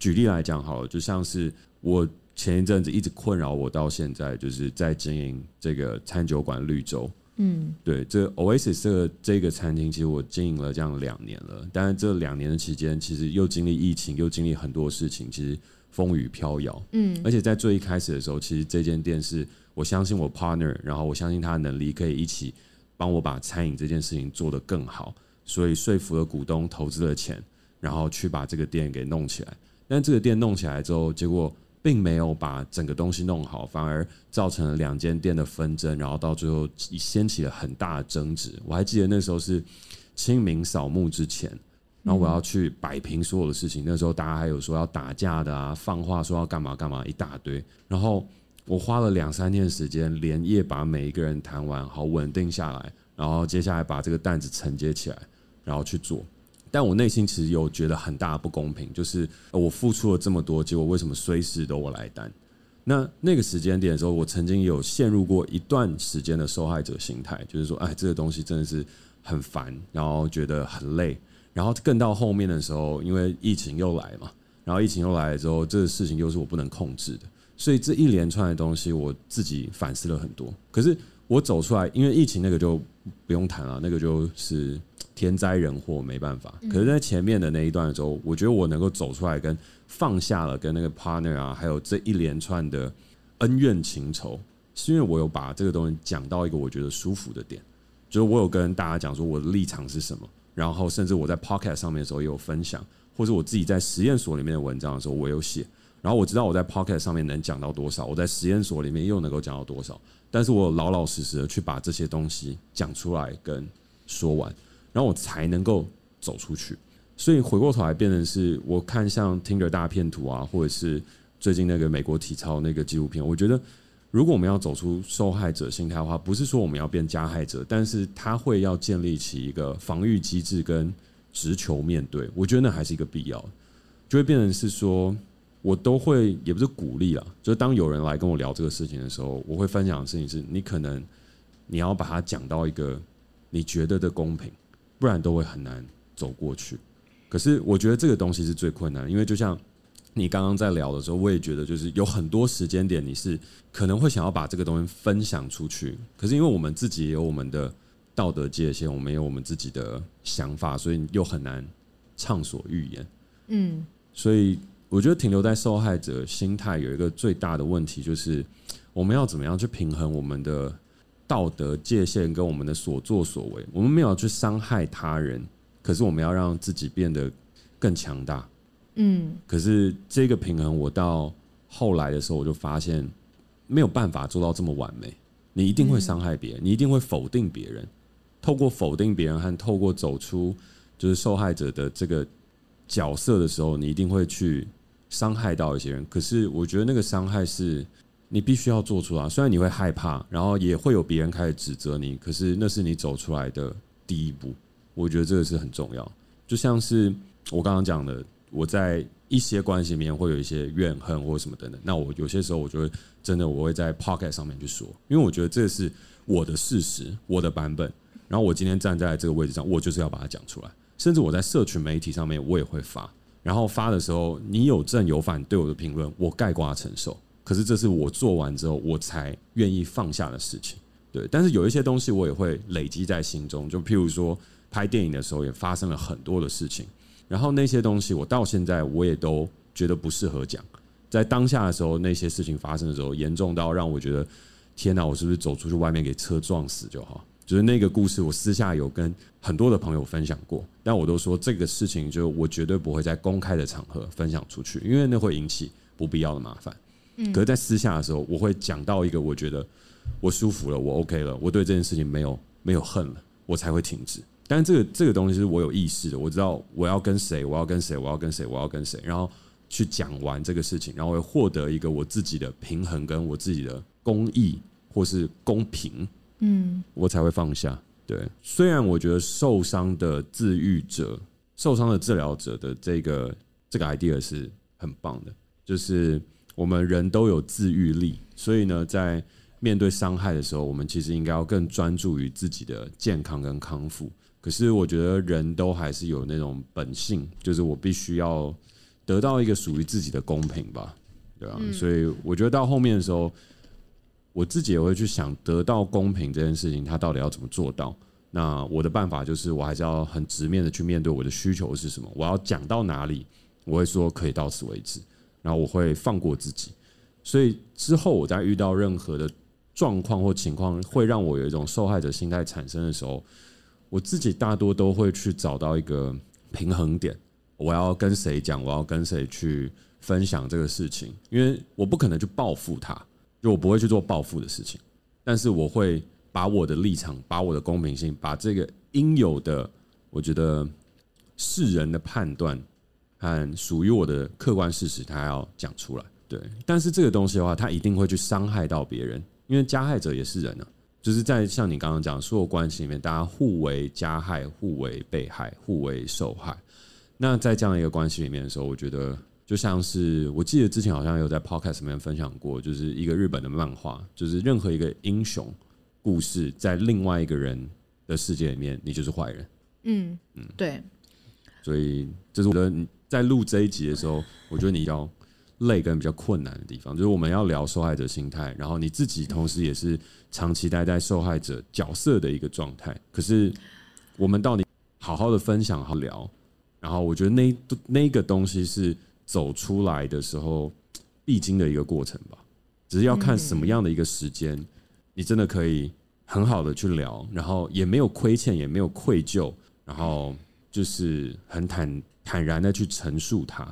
举例来讲好了，就像是我前一阵子一直困扰我到现在，就是在经营这个餐酒馆绿洲。
嗯
对，这 Oasis 这个这个餐厅，其实我经营了这样两年了。但是这两年的期间，其实又经历疫情，又经历很多事情，其实风雨飘摇。
嗯
而且在最一开始的时候，其实这间店是我相信我 partner，然后我相信他的能力可以一起帮我把餐饮这件事情做得更好，所以说服了股东投资了钱，然后去把这个店给弄起来。但这个店弄起来之后，结果并没有把整个东西弄好，反而造成了两间店的纷争，然后到最后掀起了很大的争执。我还记得那时候是清明扫墓之前，然后我要去摆平所有的事情。那时候大家还有说要打架的啊，放话说要干嘛干嘛一大堆。然后我花了两三天的时间，连夜把每一个人谈完，好稳定下来，然后接下来把这个担子承接起来，然后去做。但我内心其实有觉得很大的不公平，就是呃我付出了这么多，结果为什么随时都我来担？那那个时间点的时候，我曾经有陷入过一段时间的受害者心态，就是说，哎，这个东西真的是很烦，然后觉得很累，然后更到后面的时候，因为疫情又来嘛，然后疫情又来了之后，这个事情又是我不能控制的，所以这一连串的东西，我自己反思了很多。可是我走出来，因为疫情那个就不用谈了，那个就是天灾人祸，没办法。可是，在前面的那一段的时候，我觉得我能够走出来，跟放下了跟那个 partner 啊，还有这一连串的恩怨情仇，是因为我有把这个东西讲到一个我觉得舒服的点，就是我有跟大家讲说我的立场是什么，然后甚至我在 podcast 上面的时候也有分享，或者我自己在实验所里面的文章的时候我有写，然后我知道我在 podcast 上面能讲到多少，我在实验所里面又能够讲到多少，但是我有老老实实的去把这些东西讲出来跟说完，然后我才能够走出去。所以回过头来变成是我看像 Tinder 大片图啊，或者是最近那个美国体操那个纪录片，我觉得如果我们要走出受害者心态的话，不是说我们要变加害者，但是他会要建立起一个防御机制跟直球面对，我觉得那还是一个必要的，就会变成是说。我都会，也不是鼓励啦，就是当有人来跟我聊这个事情的时候，我会分享的事情是，你可能你要把它讲到一个你觉得的公平，不然都会很难走过去。可是我觉得这个东西是最困难的，因为就像你刚刚在聊的时候，我也觉得就是有很多时间点你是可能会想要把这个东西分享出去，可是因为我们自己也有我们的道德界限，我们有我们自己的想法，所以又很难畅所欲言。
嗯
所以我觉得停留在受害者心态有一个最大的问题，就是我们要怎么样去平衡我们的道德界限跟我们的所作所为。我们没有去伤害他人，可是我们要让自己变得更强大。
嗯
可是这个平衡，我到后来的时候，我就发现没有办法做到这么完美。你一定会伤害别人，你一定会否定别人。透过否定别人和透过走出就是受害者的这个角色的时候，你一定会去伤害到一些人。可是我觉得那个伤害是你必须要做出来，虽然你会害怕，然后也会有别人开始指责你，可是那是你走出来的第一步。我觉得这个是很重要。就像是我刚刚讲的，我在一些关系里面会有一些怨恨或什么等等。那我有些时候，我就会真的我会在 Pocket 上面去说，因为我觉得这是我的事实，我的版本。然后我今天站在这个位置上，我就是要把它讲出来。甚至我在社群媒体上面，我也会发。然后发的时候，你有正有反对我的评论，我盖瓜承受。可是这是我做完之后，我才愿意放下的事情。对，但是有一些东西我也会累积在心中，就譬如说拍电影的时候也发生了很多的事情，然后那些东西我到现在我也都觉得不适合讲。在当下的时候，那些事情发生的时候，严重到让我觉得，天哪，我是不是走出去外面给车撞死就好？就是那个故事，我私下有跟很多的朋友分享过，但我都说这个事情，就我绝对不会在公开的场合分享出去，因为那会引起不必要的麻烦。可是，在私下的时候，我会讲到一个我觉得我舒服了，我 OK 了，我对这件事情没有没有恨了，我才会停止。但是这个这个东西是我有意识的，我知道我要跟谁，我要跟谁，我要跟谁，我要跟谁，然后去讲完这个事情，然后会获得一个我自己的平衡跟我自己的公益或是公平，嗯，我才会放下。对，虽然我觉得受伤的治愈者、受伤的治疗者的这个这个 idea 是很棒的，就是我们人都有自愈力，所以呢，在面对伤害的时候，我们其实应该要更专注于自己的健康跟康复。可是我觉得人都还是有那种本性，就是我必须要得到一个属于自己的公平吧，对啊，所以我觉得到后面的时候，我自己也会去想得到公平这件事情，它到底要怎么做到？那我的办法就是，我还是要很直面的去面对我的需求是什么，我要讲到哪里，我会说可以到此为止，然后我会放过自己。所以之后我在遇到任何的状况或情况，会让我有一种受害者心态产生的时候，我自己大多都会去找到一个平衡点。我要跟谁讲，我要跟谁去分享这个事情，因为我不可能去报复他，就我不会去做报复的事情，但是我会把我的立场、把我的公平性、把这个应有的，我觉得世人的判断和属于我的客观事实，他要讲出来。对，但是这个东西的话，他一定会去伤害到别人，因为加害者也是人啊。就是在像你刚刚讲所有关系里面，大家互为加害、互为被害、互为受害。那在这样一个关系里面的时候，我觉得就像是我记得之前好像有在 podcast 里面分享过，就是一个日本的漫画，就是任何一个英雄故事在另外一个人的世界里面，你就是坏人。
嗯嗯，对，
所以这是我觉得你在录这一集的时候，我觉得你要累跟比较困难的地方，就是我们要聊受害者心态，然后你自己同时也是长期待在受害者角色的一个状态。可是我们到底好好的分享好聊，然后我觉得那一那个东西是走出来的时候必经的一个过程吧，只是要看什么样的一个时间，你真的可以很好的去聊，然后也没有亏欠，也没有愧疚，然后就是很坦坦然的去陈述它，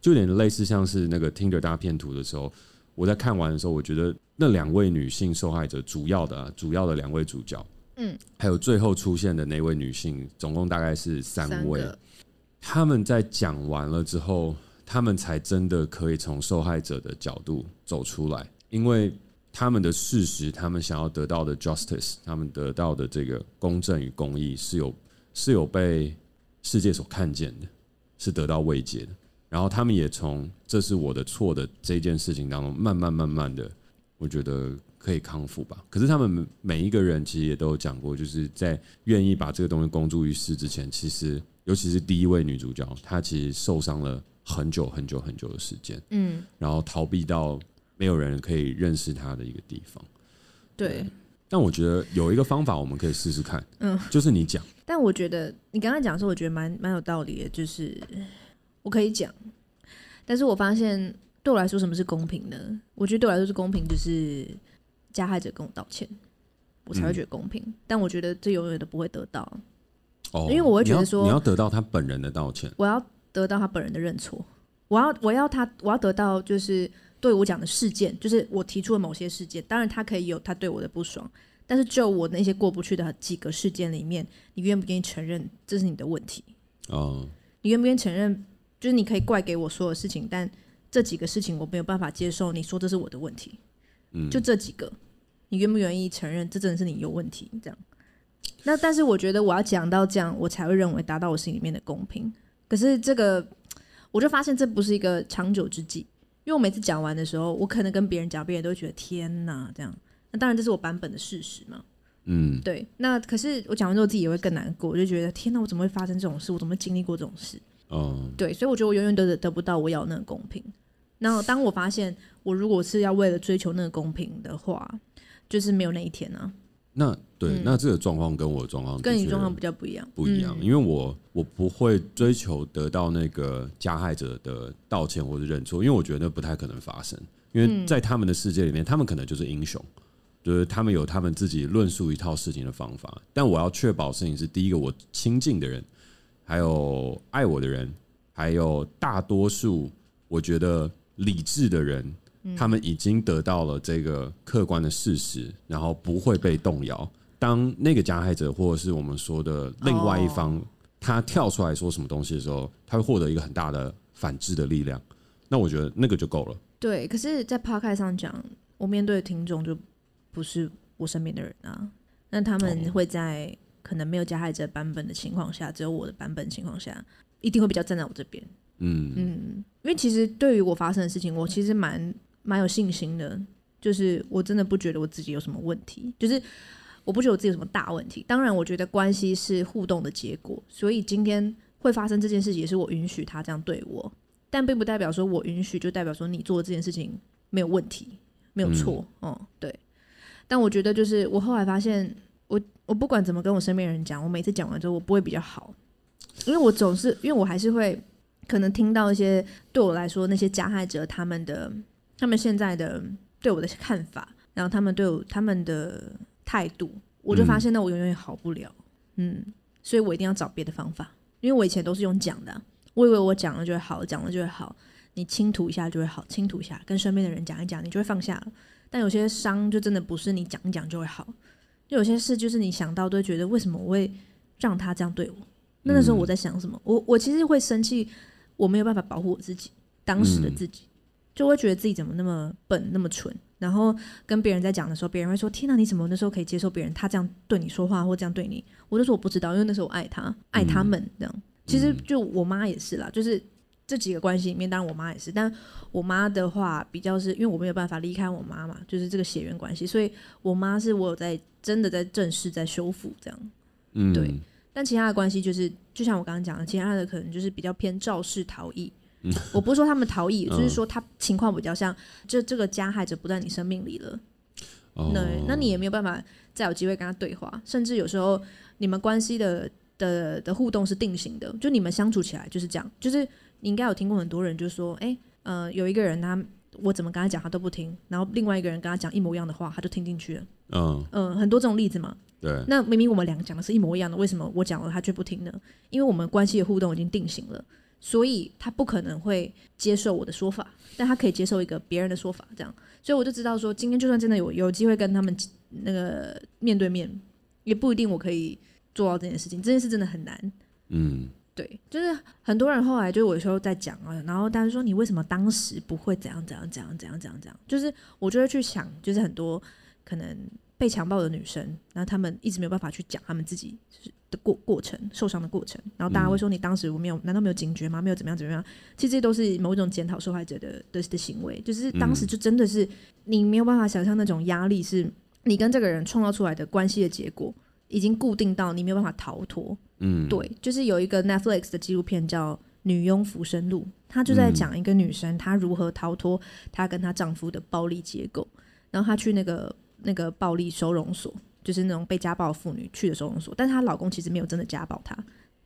就有点类似像是那个 Tinder 大片图的时候，我在看完的时候，我觉得那两位女性受害者主要的啊、主要的两位主角，
嗯，
还有最后出现的那位女性，总共大概是三
三
位，
个
他们在讲完了之后，他们才真的可以从受害者的角度走出来，因为他们的事实，他们想要得到的 justice，他们得到的这个公正与公义是有是有被世界所看见的，是得到慰藉的。然后他们也从这是我的错的这件事情当中，慢慢慢慢的，我觉得可以康复吧。可是他们每一个人其实也都有讲过，就是在愿意把这个东西公诸于世之前，其实尤其是第一位女主角，她其实受伤了很久很久很久的时间，
嗯，
然后逃避到没有人可以认识她的一个地方。
对。
但我觉得有一个方法我们可以试试看，嗯，就是你讲，
但我觉得你刚刚讲说，我觉得蛮蛮有道理的，就是我可以讲，但是我发现对我来说，什么是公平呢？我觉得对我来说是公平，就是加害者跟我道歉，我才会觉得公平。但我觉得这永远都不会得到，
哦，
因为我会觉得
你要
说
你要得到她本人的道歉，
我要得到他本人的认错，我要我要他我要得到就是对我讲的事件，就是我提出了某些事件，当然他可以有他对我的不爽，但是就我那些过不去的几个事件里面，你愿不愿意承认这是你的问题？
哦，
你愿不愿意承认？就是你可以怪给我所有事情，但这几个事情我没有办法接受。你说这是我的问题，
嗯，
就这几个，你愿不愿意承认这真的是你有问题？这样。那但是我觉得我要讲到这样，我才会认为达到我心里面的公平。可是这个，我就发现这不是一个长久之计，因为我每次讲完的时候，我可能跟别人讲，别人都会觉得天哪，这样。那当然这是我版本的事实嘛。
嗯，
对，那可是我讲完之后自己也会更难过，我就觉得天哪，我怎么会发生这种事？我怎么会经历过这种事？
嗯，
对，所以我觉得我永远都得得不到我要的那个公平。那当我发现我如果是要为了追求那个公平的话，就是没有那一天啊，
那对，
嗯
那这个状况跟我的状况
跟
的
你
确
状况比较不一样。
不一样，因为我我不会追求得到那个加害者的道歉或者认错，因为我觉得不太可能发生。因为在他们的世界里面，他们可能就是英雄，就是他们有他们自己论述一套事情的方法。但我要确保事情是第一个我亲近的人，还有爱我的人，还有大多数我觉得理智的人，
嗯
他们已经得到了这个客观的事实，然后不会被动摇。当那个加害者或者是我们说的另外一方，
哦
他跳出来说什么东西的时候，他会获得一个很大的反制的力量。那我觉得那个就够了。
对，可是，在 p o d c a s t 上讲，我面对的听众就不是我身边的人啊，那他们
哦
会在可能没有加害者版本的情况下，只有我的版本情况下，一定会比较站在我这边。
嗯
嗯，因为其实对于我发生的事情，我其实蛮蛮有信心的，就是我真的不觉得我自己有什么问题，就是我不觉得我自己有什么大问题。当然，我觉得关系是互动的结果，所以今天会发生这件事情，也是我允许他这样对我，但并不代表说我允许就代表说你做这件事情没有问题，没有错。哦、对。但我觉得就是我后来发现，我我不管怎么跟我身边人讲，我每次讲完之后，我不会比较好，因为我总是因为我还是会可能听到一些对我来说那些加害者他们的他们现在的对我的看法，然后他们对我他们的态度，我就发现那我永远好不了，嗯，所以我一定要找别的方法，因为我以前都是用讲的啊，我以为我讲了就会好，讲了就会好，你倾吐一下就会好，倾吐一下跟身边的人讲一讲，你就会放下了。但有些伤就真的不是你讲一讲就会好，就有些事就是你想到都会觉得为什么我会让他这样对我？那那时候我在想什么？我我其实会生气，我没有办法保护我自己，当时的自己、就会觉得自己怎么那么笨，那么蠢。然后跟别人在讲的时候，别人会说：“天哪，你怎么那时候可以接受别人他这样对你说话或这样对你？”我就说我不知道，因为那时候我爱他，爱他们这样。其实就我妈也是啦，就是这几个关系里面，当然我妈也是，但我妈的话比较是因为我没有办法离开我妈嘛，就是这个血缘关系，所以我妈是我有在真的在正式在修复这样。
嗯，
对但其他的关系就是，就像我刚刚讲的，其他的可能就是比较偏肇事逃逸。我不是说他们逃逸，就是说他情况比较像，这这个加害者不在你生命里了，
哦
那那你也没有办法再有机会跟他对话，甚至有时候你们关系的的的互动是定型的，就你们相处起来就是这样，就是你应该有听过很多人就说，哎、呃，有一个人他我怎么跟他讲他都不听，然后另外一个人跟他讲一模一样的话，他就听进去了，
嗯，
嗯、很多这种例子嘛，
对，
那明明我们俩讲的是一模一样的，为什么我讲了他却不听呢？因为我们关系的互动已经定型了，所以他不可能会接受我的说法，但他可以接受一个别人的说法，这样。所以我就知道说，今天就算真的有有机会跟他们那个面对面，也不一定我可以做到这件事情。这件事真的很难，
嗯，
对，就是很多人后来就有时候在讲啊，然后但是说你为什么当时不会怎样怎样怎样怎样怎样怎样？就是我就会去想，就是很多可能被强暴的女生，然后她们一直没有办法去讲她们自己的过过程、受伤的过程，然后大家会说你当时我没有，难道没有警觉吗？没有怎么样怎么样？其实这都是某种检讨受害者的的的行为，就是当时就真的是你没有办法想象那种压力是你跟这个人创造出来的关系的结果，已经固定到你没有办法逃脱。
嗯，
对，就是有一个 Netflix 的纪录片叫《女佣浮生录》，她就在
嗯
讲一个女生、她如何逃脱她跟她丈夫的暴力结构，然后她去那个那个暴力收容所，就是那种被家暴的妇女去的收容所，但是她老公其实没有真的家暴她。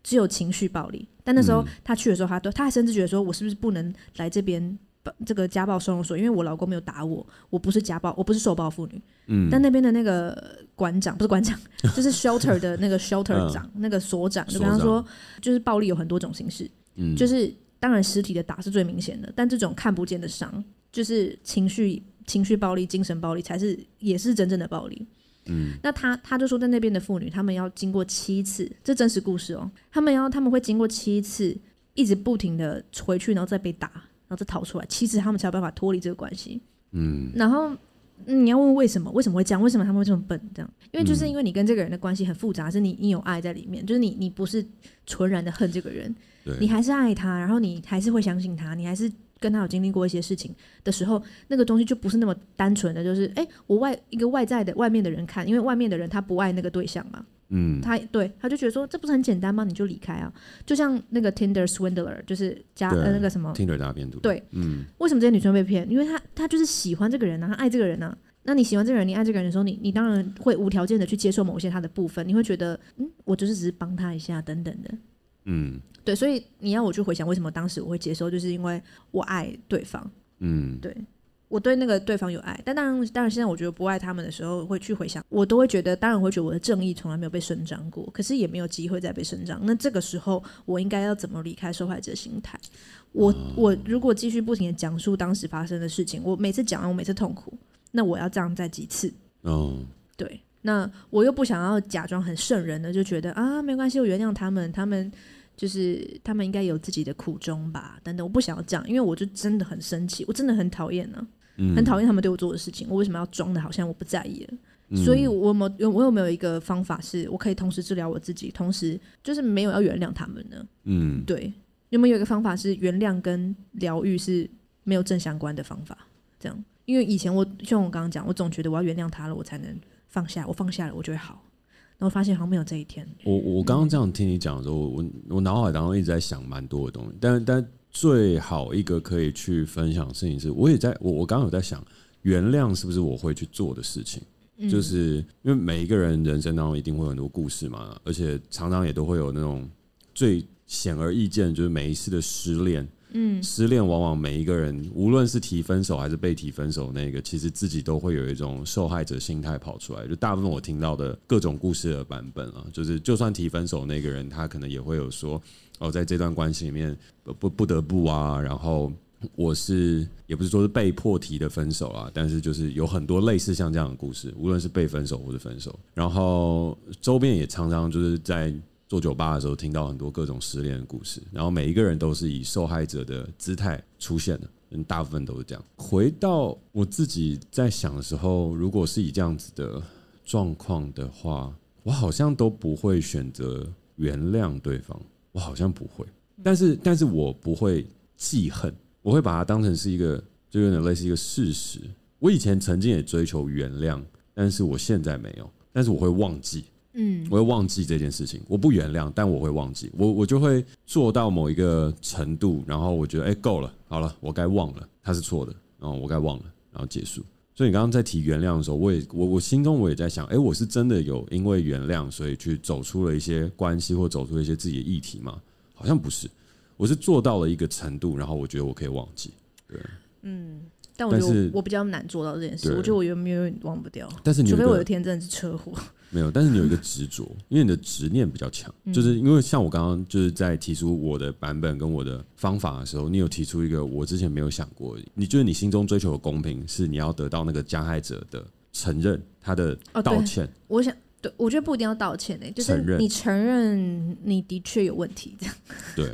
只有情绪暴力，但那时候
嗯
她去的时候，她都，她还甚至觉得说，我是不是不能来这边这个家暴收容所？因为我老公没有打我，我不是家暴，我不是受暴妇女。
嗯，
但那边的那个馆长不是馆长，就是 shelter 的那个 shelter
嗯
长，那个所长就
所
跟他
长
说，就是暴力有很多种形式，
嗯
就是当然实体的打是最明显的，但这种看不见的伤，就是情绪情绪暴力、精神暴力才是也是真正的暴力。嗯，那他他就说，在那边的妇女，她们要经过七次，这真实故事哦，她们要她们会经过七次，一直不停的回去，然后再被打，然后再逃出来，七次她们才有办法脱离这个关系。嗯，然后嗯你要问为什么？为什么会这样？为什么他们会这么笨？这样，因为
嗯
就是因为你跟这个人的关系很复杂，是你你有爱在里面，就是你你不是纯然的恨这个人，
对
你还是爱他，然后你还是会相信他，你还是跟他有经历过一些事情的时候，那个东西就不是那么单纯的，就是哎、我外一个外在的外面的人看，因为外面的人他不爱那个对象嘛，
嗯，
他对他就觉得说这不是很简单吗？你就离开啊，就像那个 Tinder swindler，就是加
对
呃那个什么，
Tinder 大变图，
对，
嗯，
为什么这些女生会被骗？因为她她就是喜欢这个人啊，她爱这个人啊。那你喜欢这个人，你爱这个人的时候，你你当然会无条件的去接受某些他的部分，你会觉得，嗯，我就是只是帮他一下等等的。
嗯，
对，所以你要我去回想为什么当时我会接受，就是因为我爱对方，
嗯，
对我对那个对方有爱。但当然，当然现在我觉得不爱他们的时候，会去回想，我都会觉得，当然我会觉得我的正义从来没有被伸张过，可是也没有机会再被伸张。那这个时候，我应该要怎么离开受害者心态？我我如果继续不停的讲述当时发生的事情，我每次讲完，我每次痛苦，那我要这样再几次？
哦，
对，那我又不想要假装很圣人的，就觉得啊，没关系，我原谅他们，他们就是他们应该有自己的苦衷吧，等等，我不想要这样，因为我就真的很生气，我真的很讨厌呢、
嗯，
很讨厌他们对我做的事情，我为什么要装的好像我不在意了？
嗯，
所以我有没有我有没有一个方法是我可以同时治疗我自己，同时就是没有要原谅他们呢？
嗯，
对，有没有一个方法是原谅跟疗愈是没有正相关的方法？这样，因为以前我就像我刚刚讲，我总觉得我要原谅他了，我才能放下，我放下了我就会好，然后发现好像没有这一天。
我我刚刚这样听你讲的时候，我我脑海当中一直在想蛮多的东西，但但最好一个可以去分享的事情是，我也在我我刚刚有在想，原谅是不是我会去做的事情。
嗯
就是因为每一个人人生当中一定会有很多故事嘛，而且常常也都会有那种最显而易见，就是每一次的失恋，
嗯
失恋往往每一个人，无论是提分手还是被提分手那个，其实自己都会有一种受害者心态跑出来。就大部分我听到的各种故事的版本啊，就是就算提分手那个人，他可能也会有说，哦，在这段关系里面呃不不得不啊，然后我是也不是说是被迫提的分手啊，但是就是有很多类似像这样的故事，无论是被分手或是分手，然后周边也常常就是在做酒吧的时候听到很多各种失恋的故事，然后每一个人都是以受害者的姿态出现的。嗯，大部分都是这样。回到我自己在想的时候，如果是以这样子的状况的话，我好像都不会选择原谅对方，我好像不会。但是，但是我不会记恨，我会把它当成是一个，就有点类似一个事实。我以前曾经也追求原谅，但是我现在没有，但是我会忘记，
嗯
我会忘记这件事情，我不原谅，但我会忘记，我我就会做到某一个程度，然后我觉得哎、够了，好了，我该忘了，他是错的，然后我该忘了，然后结束。所以你刚刚在提原谅的时候，我也我我心中我也在想，哎、我是真的有因为原谅，所以去走出了一些关系，或走出了一些自己的议题吗？好像不是，我是做到了一个程度，然后我觉得我可以忘记。
嗯，但我觉得
但是
我我比较难做到这件事，
对
我觉得我永远忘不掉，
但是你有一
除非
个
我有一天真的是车祸。
没有，但是你有一个执着，
嗯
因为你的执念比较强，就是因为像我刚刚就是在提出我的版本跟我的方法的时候，你有提出一个我之前没有想过的，你就是你心中追求的公平是你要得到那个加害者的承认，他的
哦对
道歉，
我想，对我觉得不一定要道歉诶、就是
承认
你承认你的确有问题，这样
对。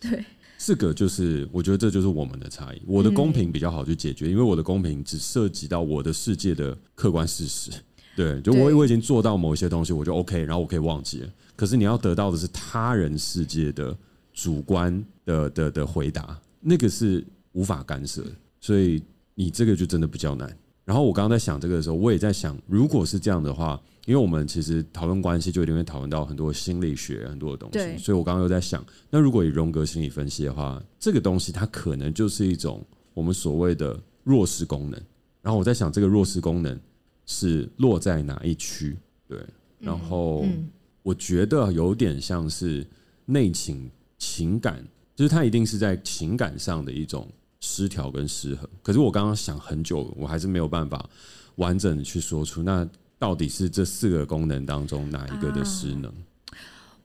对。
这个就是，我觉得这就是我们的差异。我的公平比较好去解决，因为我的公平只涉及到我的世界的客观事实。对，就我
对
我已经做到某些东西，我就 OK，然后我可以忘记了。可是你要得到的是他人世界的主观的的的回答，那个是无法干涉的，所以你这个就真的比较难。然后我刚刚在想这个的时候，我也在想，如果是这样的话，因为我们其实讨论关系就一定会讨论到很多心理学很多的东
对
西，所以我刚刚又在想，那如果以荣格心理分析的话，这个东西它可能就是一种我们所谓的弱势功能。然后我在想，这个弱势功能是落在哪一区？对，然后
嗯
我觉得有点像是内情情感，就是它一定是在情感上的一种失调跟失衡。可是我刚刚想很久，我还是没有办法完整的去说出，那到底是这四个功能当中哪一个的失能？
啊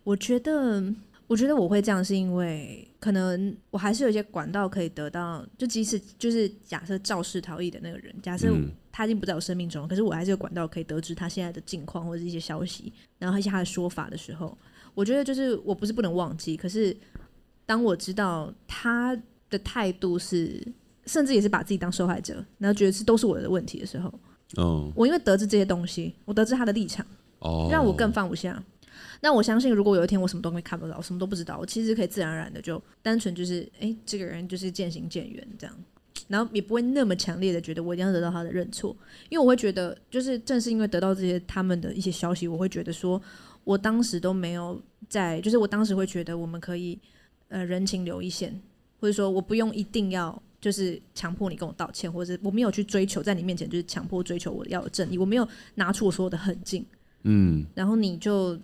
我觉得，我觉得我会这样是因为可能我还是有一些管道可以得到，就即使就是假设肇事逃逸的那个人，假设
嗯
他已经不在我生命中了，可是我还是有管道可以得知他现在的近况或者是一些消息，然后一些他的说法的时候，我觉得就是我不是不能忘记，可是当我知道他的态度是。甚至也是把自己当受害者，然后觉得是都是我的问题的时候，
嗯，
我因为得知这些东西，我得知他的立场，
哦，
让我更放不下。那我相信，如果有一天我什么东西看不到，我什么都不知道，我其实可以自然而然的就单纯就是，哎、这个人就是渐行渐远这样，然后也不会那么强烈的觉得我一定要得到他的认错，因为我会觉得，就是正是因为得到这些他们的一些消息，我会觉得说，我当时都没有在，就是我当时会觉得我们可以，呃，人情留一线，或者说我不用一定要。就是强迫你跟我道歉，或者是我没有去追求，在你面前就是强迫追求我要的正义，我没有拿出我所有的狠劲，
嗯，
然后你就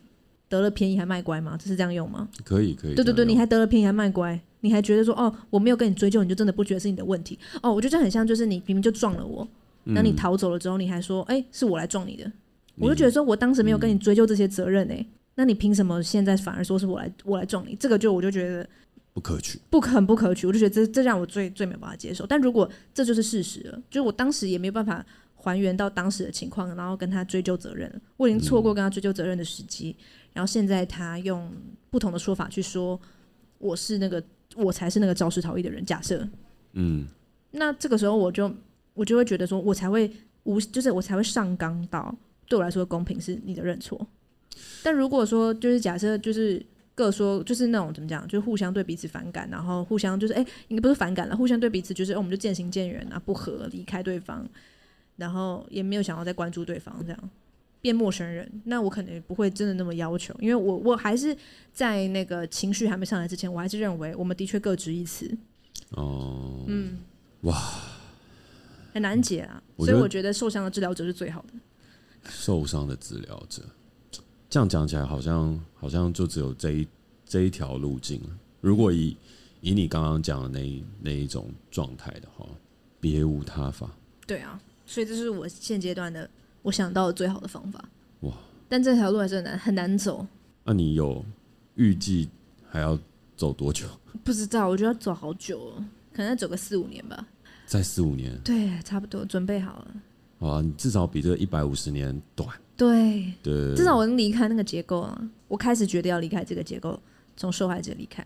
得了便宜还卖乖吗？这是这样用吗？
可以可以。
对对对，
这
你
样
还得了便宜还卖乖，你还觉得说哦，我没有跟你追究，你就真的不觉得是你的问题哦？我觉得这很像，就是你明明就撞了我，
用
那你
嗯
逃走了之后，你还说哎、是我来撞你的，我就
你嗯
觉得说我当时没有跟你追究这些责任哎、那你凭什么现在反而说是我来我来撞你？这个就我就觉得
不可取。
不可很不可取，我就觉得这这让我最最没有办法接受。但如果这就是事实了，就是我当时也没有办法还原到当时的情况，然后跟他追究责任了。我已经错过跟他追究责任的时机，然后现在他用不同的说法去说我是那个我才是那个肇事逃逸的人。假设
嗯，
那这个时候我就我就会觉得说我才会无就是我才会上纲到对我来说公平是你的认错。但如果说就是假设就是各说就是那种怎么讲，就是互相对彼此反感，然后互相就是哎，应该不是反感了，互相对彼此就是、哦我们就渐行渐远啊，不和离开对方，然后也没有想要再关注对方这样。变陌生人，那我可能不会真的那么要求，因为我我还是在那个情绪还没上来之前，我还是认为我们的确各执一词，
哦，
嗯，
哇，
很难解啊。
我
所
觉
以
得
我觉得受伤的治疗者是最好的。
受伤的治疗者，这样讲起来好像好像就只有这一这一条路径了。如果以以你刚刚讲的那一那一种状态的话，别无他法。
对啊，所以这是我现阶段的我想到的最好的方法。
哇！
但这条路还是很难很难走，
那、你有预计还要走多久？
不知道，我觉得要走好久哦，可能要走个四五年吧。
再四五年？
对，差不多准备好了。
好啊，你至少比这一百五十年短。
对，
对，
至少我能离开那个结构啊。我开始决定要离开这个结构，从受害者离开，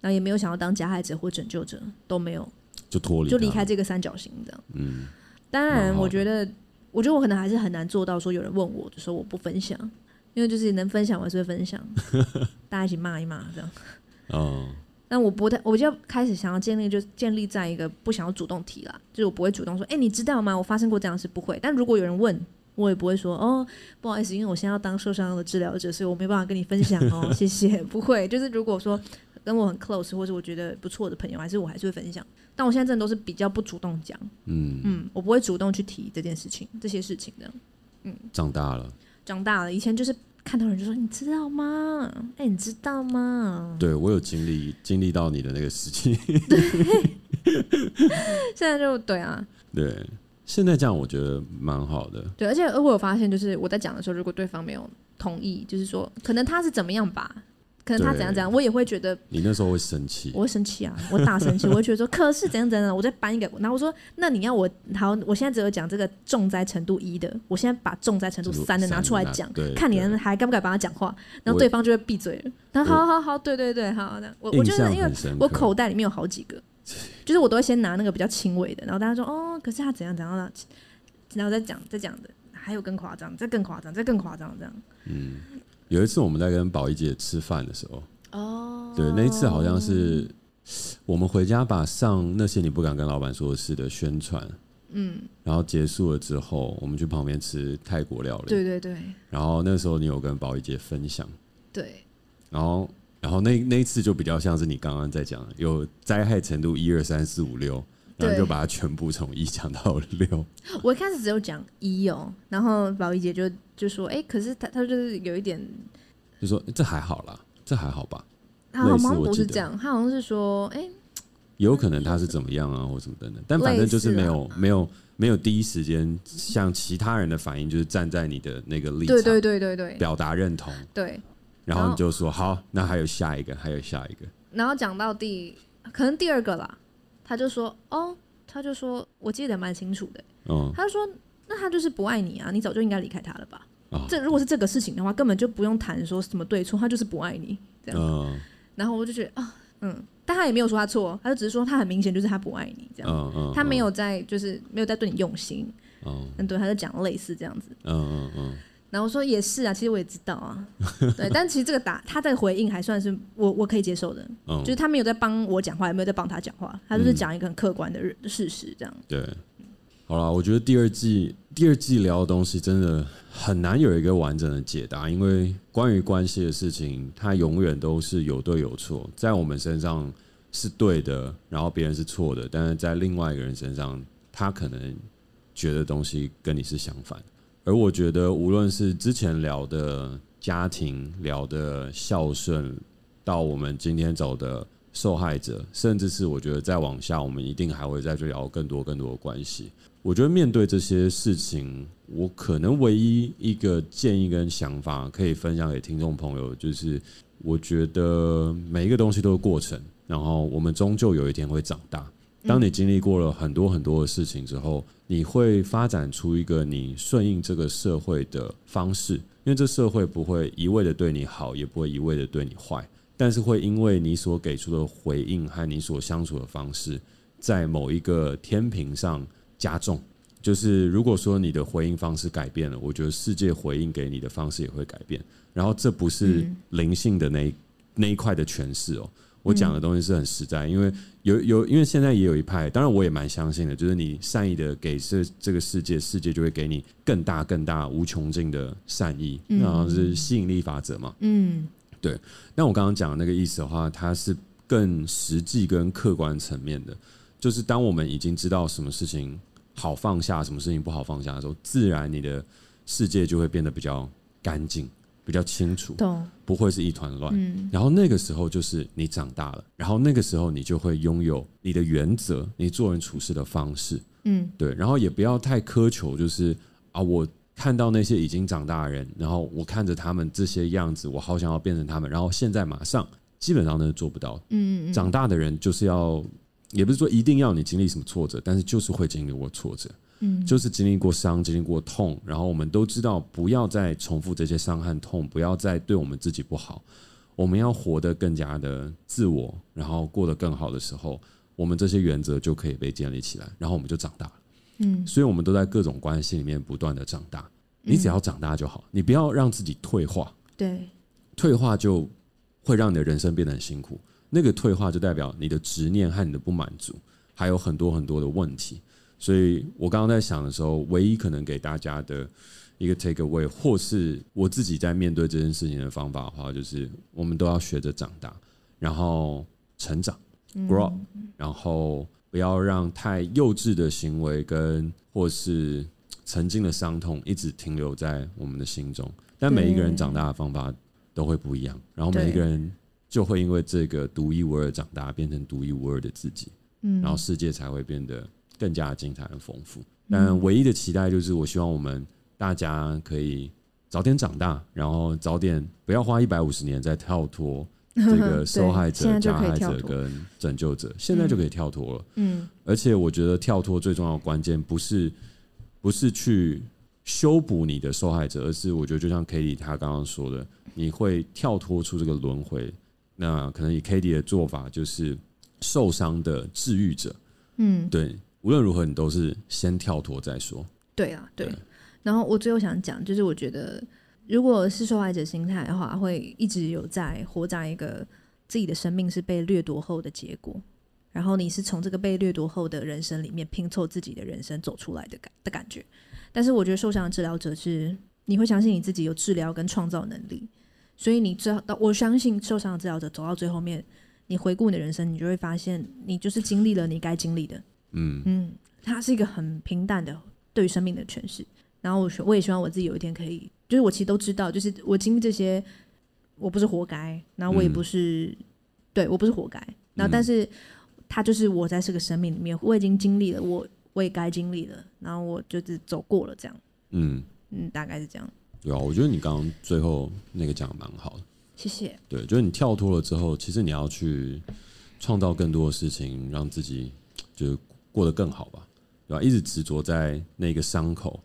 然后也没有想要当加害者或拯救者，都没有，
就脱离，
就离开。这个三角形这样。
嗯，
当
蛮
然，
好
我
的
觉得，我觉得我可能还是很难做到说有人问我，就说我不分享，因为就是能分享我还是会 分享，大家一起骂一骂这样。
哦，
但我不太，我就要开始想要建立，就建立在一个不想要主动提啦，就是我不会主动说，哎、你知道吗？我发生过这样的事，不会。但如果有人问，我也不会说，哦，不好意思，因为我现在要当受伤的治疗者，所以我没办法跟你分享 哦，谢谢。不会，就是如果说跟我很 close 或者我觉得不错的朋友，还是我还是会分享。但我现在真的都是比较不主动讲，
嗯，
嗯，我不会主动去提这件事情、这些事情的。
长大了。
长大了，以前就是看到人就说：“你知道吗？哎、你知道吗
对我有经历经历到你的那个时期。？”
现在就对啊，
对，现在这样我觉得蛮好的。
对，而且我有发现，就是我在讲的时候，如果对方没有同意，就是说可能他是怎么样吧，可能他怎样怎样，我也会觉得
你那时候会生气，
我会生气啊，我 大生气，我会觉得说，可是怎样怎样，我再搬一个，然后我说，那你要我好，我现在只有讲这个重灾程度一的，我现在把重灾程度
程度
三的拿
三
出来
拿
讲
对，
看你
对
还敢不敢帮他讲话，然后
我
对方就会闭嘴了，然后
我
好好好，对对对，好，那我我
印
觉
象
得因为
很深刻。
我口袋里面有好几个，就是我都会先拿那个比较轻微的，然后大家说哦，可是他怎样怎样了，然后再讲再讲的，还有更夸张，再更夸张，再更夸张这样。
有一次我们在跟宝仪姐吃饭的时候，
哦
对，那一次好像是我们回家把上那些你不敢跟老板说的事的宣传，嗯，然后结束了之后，我们去旁边吃泰国料理，
对对对
然后那时候你有跟宝仪姐分享，
对
然后。然后那那一次就比较像是你刚刚在讲的，有灾害程度一二三四五六，然后
对
就把它全部从一讲到六，
我一开始只有讲一哦，然后宝仪姐就就说，哎、可是他他就是有一点，
就说这还好啦，这还好吧，
他好
类似
像
我
不
记
是
得
这样，他好像是说，哎、
也有可能他是怎么样啊，或什么等等，但反正
啊
就是没有没有没有第一时间像其他人的反应，就是站在你的那个立场，
对对对对对
表达认同，
对，
然
然
后
后
你就说好，那还有下一个，还有下一个，
然后讲到第可能第二个啦，他就说，哦，他就说我记得蛮清楚的，
嗯
他就说：“那他就是不爱你啊，你早就应该离开他了吧？
哦
这如果是这个事情的话，根本就不用谈说什么对错，他就是不爱你这样。
嗯
然后我就觉得啊，嗯，但他也没有说他错，他就只是说他很明显就是他不爱你这样，
嗯嗯，
他没有在就是没有在对你用心。
嗯，
嗯，对，他就讲类似这样子。
嗯嗯嗯嗯，
然后我说也是啊，其实我也知道啊， 对，但其实这个答他的回应还算是我我可以接受的，
嗯
就是，他没有在帮我讲话，也没有在帮他讲话，他就是讲一个很客观的人事实这样。
对。好啦，我觉得第二季第二季聊的东西真的很难有一个完整的解答，因为关于关系的事情，它永远都是有对有错，在我们身上是对的，然后别人是错的，但是在另外一个人身上，他可能觉得东西跟你是相反。而我觉得，无论是之前聊的家庭、聊的孝顺，到我们今天走的受害者，甚至是我觉得再往下，我们一定还会再去聊更多更多的关系。我觉得面对这些事情，我可能唯一一个建议跟想法可以分享给听众朋友，就是我觉得每一个东西都是过程，然后我们终究有一天会长大。当你经历过了很多很多的事情之后，你会发展出一个你顺应这个社会的方式，因为这社会不会一味的对你好，也不会一味的对你坏。但是会因为你所给出的回应和你所相处的方式，在某一个天平上加重。就是如果说你的回应方式改变了，我觉得世界回应给你的方式也会改变。然后这不是灵性的那一那一块的诠释哦，我讲的东西是很实在，因为有有因为现在也有一派，当然我也蛮相信的，就是你善意的给这这个世界，世界就会给你更大更大无穷尽的善意，那好像是吸引力法则嘛。
嗯，
那我刚刚讲的那个意思的话，它是更实际跟客观层面的，就是当我们已经知道什么事情好放下，什么事情不好放下的时候，自然你的世界就会变得比较干净、比较清楚，
懂，
不会是一团乱。
嗯，
然后那个时候就是你长大了，然后那个时候你就会拥有你的原则，你做人处事的方式，
嗯，
对，然后也不要太苛求，就是啊，我看到那些已经长大的人，然后我看着他们这些样子，我好想要变成他们，然后现在马上，基本上呢做不到。嗯嗯长大的人就是要，也不是说一定要你经历什么挫折，但是就是会经历过挫折，嗯，就是经历过伤，经历过痛，然后我们都知道不要再重复这些伤和痛，不要再对我们自己不好。我们要活得更加的自我，然后过得更好的时候，我们这些原则就可以被建立起来，然后我们就长大了。
嗯，
所以我们都在各种关系里面不断的长大。你只要长大就好，你不要让自己退化，
对，
退化就会让你的人生变得很辛苦。那个退化就代表你的执念和你的不满足，还有很多很多的问题。所以我刚刚在想的时候，唯一可能给大家的一个 take away，或是我自己在面对这件事情的方法的话，就是我们都要学着长大，然后成长，grow，up，然
嗯
后不要让太幼稚的行为跟或是曾经的伤痛一直停留在我们的心中。但每一个人长大的方法都会不一样，然后每一个人就会因为这个独一无二地长大，变成独一无二的自己，
嗯，
然后世界才会变得更加精彩和丰富。但唯一的期待就是，我希望我们大家可以早点长大，然后早点不要花一百五十年在跳脱这个
对
受害者
现、在就
加
可以
害
跳
者
脱
跟拯救者，现在就可以跳脱了。
嗯
而且我觉得跳脱最重要的关键不是不是去修补你的受害者，而是我觉得就像 k a t i e 他刚刚说的，你会跳脱出这个轮回。那可能以 k a t i e 的做法，就是受伤的治愈者，
嗯，
对，无论如何你都是先跳脱再说。
对啊，对
对。
然后我最后想讲，就是我觉得，如果是受害者心态的话，会一直有在活在一个自己的生命是被掠夺后的结果，然后你是从这个被掠夺后的人生里面拼凑自己的人生走出来的感的感觉。但是我觉得受伤的治疗者是，你会相信你自己有治疗跟创造能力，所以你最后，我相信受伤的治疗者走到最后面，你回顾你的人生，你就会发现，你就是经历了你该经历的，
嗯，
嗯，它是一个很平淡的对于生命的诠释。然后我希我也希望我自己有一天可以，就是我其实都知道，就是我经历这些，我不是活该，然后我也
嗯
不是，对我不是活该。然后但
嗯
是它就是我在这个生命里面，我已经经历了，我我也该经历了，然后我就是走过了这样，
嗯，
嗯，大概是这样。
对啊，我觉得你刚刚最后那个讲得蛮好的。
谢谢，
对，就是你跳脱了之后，其实你要去创造更多的事情，让自己就是过得更好吧，对吧？一直执着在那个伤口，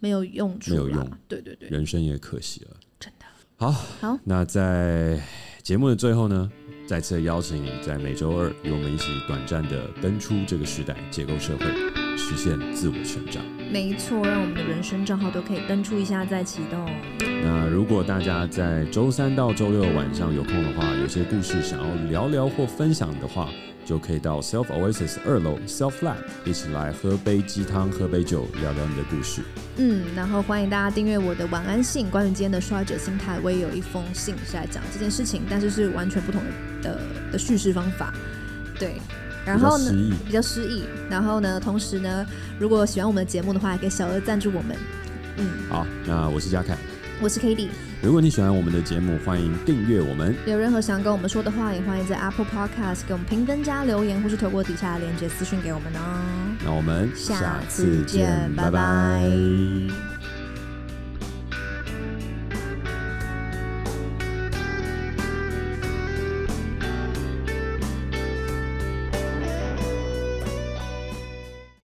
没有用处啦，
没有用
对对对，
人生也可惜了。
真的。
好，
好，
那在节目的最后呢，再次邀请你在每周二与我们一起短暂的登出这个时代，解构社会。实现自我成长。
没错，让我们的人生账号都可以登出一下再启动。
那如果大家在周三到周六晚上有空的话，有些故事想要聊聊或分享的话，就可以到 Self Oasis 二楼 Self Lab 一起来喝杯鸡汤、喝杯酒，聊聊你的故事。
嗯，然后欢迎大家订阅我的晚安信。关于今天的刷者心态，我也有一封信是在讲这件事情，但是是完全不同的的的叙事方法。对，然后呢
比较诗意
比较诗意。然后呢，同时呢，如果喜欢我们的节目的话，也可以小额赞助我们。嗯，
好，那我是嘉凯。
我是 k a t i e
如果你喜欢我们的节目，欢迎订阅我们。
有任何想跟我们说的话，也欢迎在 Apple Podcast 给我们评分加留言，或是透过底下的链接私讯给我们哦。
那我们
下
下
次
次
见
见，
拜拜
拜拜